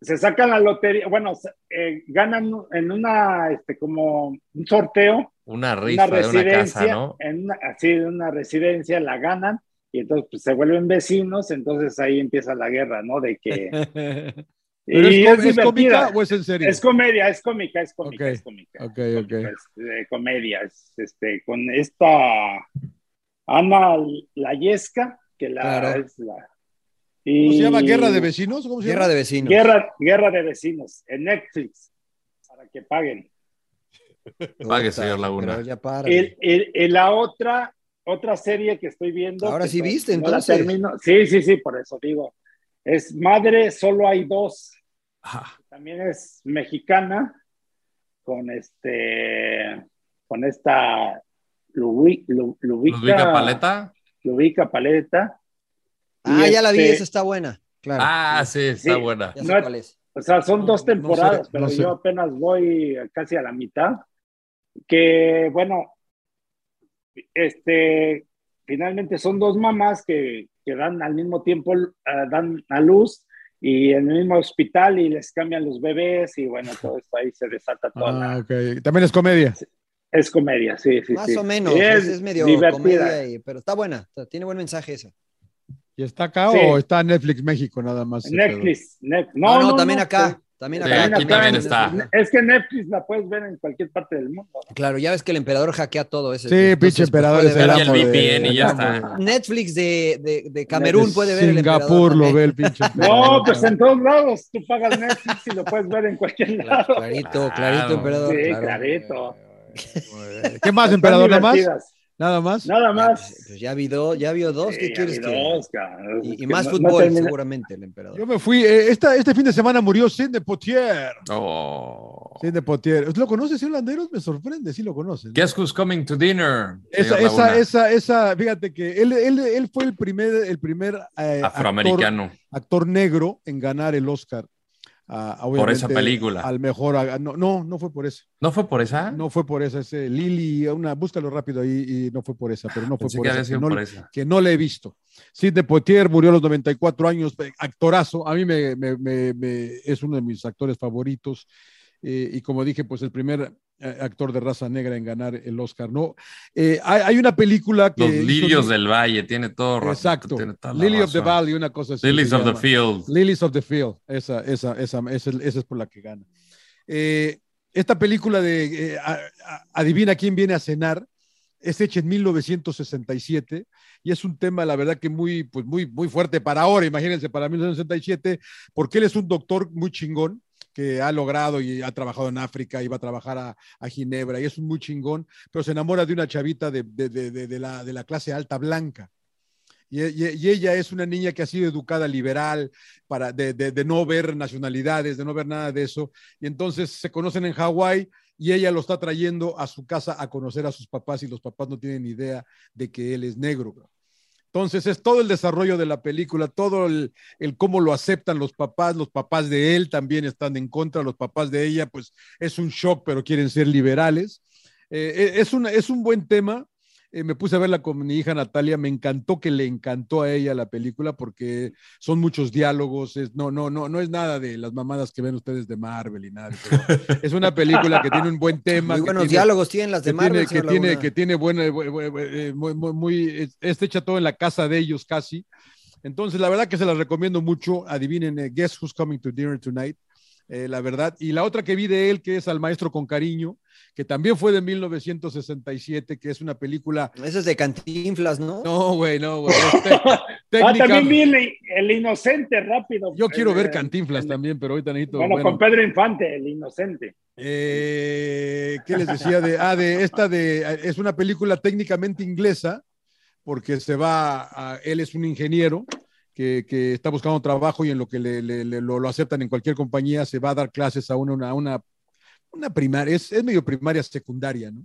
I: se sacan la lotería, bueno, se- eh, ganan en una, este, como un sorteo,
G: Una
I: una
G: rifa de una casa,
I: residencia,
G: ¿no?
I: en una- así de una residencia la ganan y entonces pues, se vuelven vecinos, entonces ahí empieza la guerra, ¿no? De que
J: ¿Pero
I: y
J: es, com- es
I: divertida.
J: cómica o es en serio?
I: Es comedia, es cómica, es
J: ok,
I: cómica, es cómica,
J: ok, ok.
I: es, eh, comedia, es, este, con esta Ana Layesca, que la,
H: Claro.
I: es la-
J: ¿Cómo se llama?
I: y-
J: ¿Guerra de vecinos? ¿Cómo se
H: Guerra
J: llama?
H: de vecinos.
I: Guerra, guerra de vecinos en Netflix para que paguen.
G: Pague, señor
H: Pero
G: Laguna.
H: ya para.
I: Y, y- y la otra, otra serie que estoy viendo.
H: Ahora
I: que
H: sí
I: to-
H: viste,
I: no la
H: entonces.
I: termino. Sí, sí, sí, por eso digo. Es Madre, solo hay dos.
G: Ah,
I: También es mexicana con este, con esta Lubi- Lu- Lubica,
G: ¿Ludvica Paleta?
I: Lubica Paleta. Y
H: Ah, ya la vi,
I: este,
H: esa está buena. Claro.
G: Ah, sí, está
I: Sí.
G: buena.
H: ya sé
I: no-
H: cuál es.
I: O sea, son dos temporadas,
J: no sé,
I: pero
J: no sé.
I: yo apenas voy casi a la mitad. Que bueno, este, finalmente son dos mamás que, que dan al mismo tiempo, ah, dan a luz y en el mismo hospital y les cambian los bebés y bueno, todo esto ahí se desata toda
J: Ah,
I: la-
J: ok. También es comedia.
I: Es comedia, sí, sí,
H: Más
I: sí.
H: o menos,
I: Y
H: es, es medio
I: divertida.
H: comedia, y- pero está buena, está- tiene buen mensaje esa.
J: ¿Y está acá
I: Sí.
J: o está Netflix México nada más? ese
I: Netflix, Net-
H: No,
I: no,
H: Ah,
I: este, pues,
H: no, también acá, también este
G: Sí,
H: acá.
G: aquí también está.
I: Es que Netflix la puedes ver en cualquier parte del mundo. ¿no?
H: Claro, ya ves que el emperador hackea todo ese. pues
J: Sí, pinche emperador
G: Y
H: puede
J: ese
H: ver
J: era
G: el
J: Gramo de-
G: VPN y ya está.
H: Netflix de, de, de
J: pedo?
H: Camerún puede ver el emperador.
J: Singapur lo
H: también.
J: ve el pinche.
I: No,
J: emperador,
I: pues
J: cabrón.
I: en todos lados. Tú pagas Netflix y lo puedes ver en cualquier lado.
H: Clarito,
G: Claro.
H: clarito, emperador.
I: sí,
H: claro.
I: clarito.
J: ¿Qué más,
I: Están
J: emperador? Nada más.
I: divertidas.
J: Nada más.
I: Nada más.
H: Pues ya vio dos, ya vio dos, ¿qué
I: Sí,
H: quieres
I: ya
H: que
I: vi dos, cabrón. Es
H: Y, y
I: que
H: más
I: no- no
H: fútbol,
I: termina- Ah,
H: seguramente, el
J: Yo
H: emperador.
J: me fui. eh, esta- este fin de semana murió Sidney Potier.
G: Oh.
J: Sidney Potier. ¿Lo conoces, señor Landeros? Me sorprende, sí lo conoces.
G: Guess who's coming to dinner?
J: Esa,
G: señor
J: esa,
G: Laguna?
J: esa, esa, fíjate que él, él, él fue el primer, el primer eh, actor,
G: Afroamericano.
J: actor negro en ganar el Oscar. ah,
G: Por esa
J: obviamente,
G: película.
J: Al mejor. ah, No, no, no fue por eso.
G: ¿No fue por esa?
J: No fue por esa. Ese Lili, una, búscalo rápido ahí y no fue por esa, pero no fue
G: Pensé
J: por
G: que
J: esa.
G: había sido
J: que no-
G: por esa.
J: que no le he visto. Sidney Poitier murió a los 94 años, eh, actorazo, a mí me, me- me- me- es uno de mis actores favoritos. eh, y como dije, pues el primer actor de raza negra en ganar el Oscar, ¿no? Eh, hay, hay, una película que...
G: Los Lirios hizo... del Valle, tiene todo razón.
J: Exacto. Lily of the Valley, una cosa así.
G: Lilies of the Field.
J: Lilies of the Field, esa, esa, esa, esa, esa es por la que gana. Eh, esta película de eh, a, a, Adivina quién viene a cenar es hecha en 1967 y es un tema, la verdad, que muy, pues muy, muy fuerte para ahora, imagínense, para 1967, porque él es un doctor muy chingón que ha logrado y ha trabajado en África, iba a trabajar a, a, Ginebra, y es muy chingón, pero se enamora de una chavita de, de, de, de la, la, clase alta blanca. Y, y, y, ella es una niña que ha sido educada liberal, para, de, no ver nacionalidades, de no ver nada de eso. Y entonces se conocen en Hawái y ella lo está trayendo a su casa a conocer a sus papás y los papás no tienen idea de que él es negro. Bro. Entonces es todo el desarrollo de la película, todo el, el, cómo lo aceptan los papás, los papás de él también están en contra, los papás de ella, pues es un shock, pero quieren ser liberales. Eh, es, un, es un buen tema. Eh, me puse a verla con mi hija Natalia, me encantó que le encantó a ella la película porque son muchos diálogos, es, no, no, no, no es nada de las mamadas que ven ustedes de Marvel y nada. Pero es una película que tiene un buen
H: Muy
J: tema. que
H: buenos
J: tiene,
H: diálogos tienen las de Marvel.
J: Tiene, que, tiene, que tiene eh, buena, muy, muy, muy, es hecha todo en la casa de ellos casi. Entonces, la verdad que se las recomiendo mucho. Adivinen, eh, Guess Who's Coming to Dinner Tonight. Eh, la verdad. Y la otra que vi de él, que es Al Maestro con Cariño, que también fue de 1967, que es una película.
H: Eso es de Cantinflas, ¿no?
J: No, güey, no, güey.
I: ah, también vi el, el, Inocente, rápido.
J: Yo quiero eh, ver Cantinflas eh, también, pero ahorita necesito.
I: Bueno, bueno, con Pedro Infante, El Inocente.
J: Eh, ¿Qué les decía? De, ah, de esta de. Es una película técnicamente inglesa, porque se va. A, él es un ingeniero. Que, que, está buscando trabajo y en lo que le, le, le, lo, lo, aceptan en cualquier compañía, se va a dar clases a una, una, una, una primaria, es, es, medio primaria secundaria, ¿no?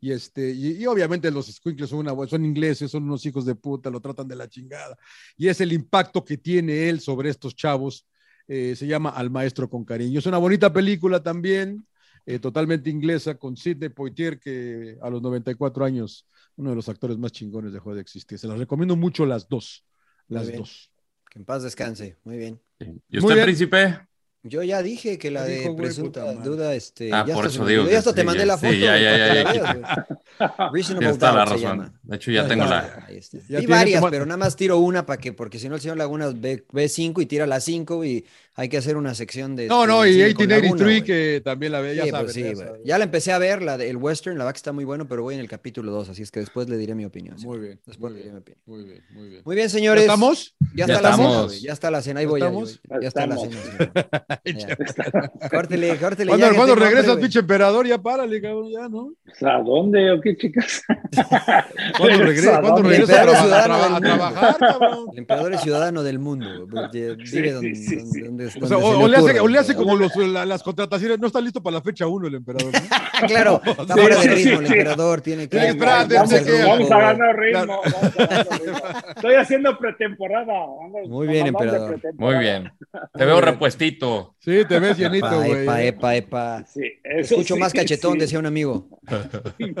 J: Y, este, y, y obviamente los squinkles son, una, son ingleses, son unos hijos de puta, lo tratan de la chingada. Y es el impacto que tiene él sobre estos chavos. Eh, se llama Al Maestro con Cariño. Es una bonita película también, eh, totalmente inglesa, con Sidney Poitier, que a los 94 años, uno de los actores más chingones dejó de existir. Se las recomiendo mucho las dos las dos.
H: Que en paz descanse, muy bien.
G: ¿Y usted, bien. príncipe?
H: Yo ya dije que la de dijo, presunta wey, duda, este.
G: Ah,
H: ya
G: por eso digo.
H: Yo hasta te mandé
G: ya,
H: la foto.
G: Sí, ya, ya, ya. ya, ya. Reasonable está la razón. De hecho, ya
H: no,
G: tengo
H: está,
G: la.
H: Y varias, pero nada más tiro una para que, porque si no, el señor Laguna ve, ve cinco y tira las cinco y hay que hacer una sección de.
J: No, no, y 1883 que también la ve, ya
H: sí,
J: sabes,
H: pues, sí,
J: sabes.
H: ya, la empecé a ver, la del western, la verdad que está muy bueno, pero voy en el capítulo 2, así es que después le diré mi opinión.
J: Muy bien.
H: Después
J: muy
H: le diré mi opinión.
J: Muy bien, muy bien.
H: Muy bien, señores.
J: ¿Estamos?
H: Ya, está la cena, ya está la cena, ahí voy. Ya está la cena. Córtele, córtele.
J: Cuando, cuando regresas, pinche emperador, ya párale, cabrón, ya, ¿no?
I: ¿A dónde o qué chicas?
J: cuando regresa, cuando regresa a, tra a, trabajar, cabrón.
H: El emperador es ciudadano del mundo. Vive donde, sí, sí, donde,
J: sí. donde, o, sea, o, o, le, ocurre, hace, o le hace, como los, la, las contrataciones, no está listo para la fecha 1 el emperador.
H: ¿no? Ah, claro, está fuera de ritmo, el emperador tiene que.
I: Vamos, vamos a ganar ritmo. Estoy haciendo pretemporada.
H: Muy bien, emperador.
G: Muy bien. Te veo repuestito.
J: Sí, te ves llenito, güey.
H: Epa, epa, epa, sí, Escucho sí, más cachetón, sí. decía un amigo.
J: Muy,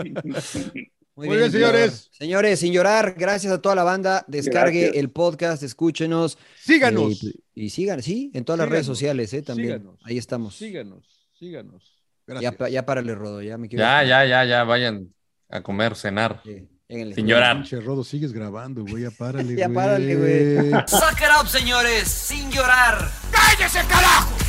J: Muy bien, bien, señores.
H: Señores, sin llorar, gracias a toda la banda. Descargue gracias. el podcast, escúchenos.
J: Síganos.
H: Eh, y sigan, sí, en todas síganos, las redes sociales, eh, también. Síganos, Ahí estamos.
J: Síganos, síganos.
H: Gracias. Ya, ya párale, Rodo, ya me quiero.
G: Ya, ya, ya, ya, vayan a comer, cenar. Sin Pero llorar.
J: Che, Rodo, sigues grabando, güey. Ya párale,
H: ya párale, güey.
B: Suck it up, señores. Sin llorar.
E: ¡Cállese, carajo!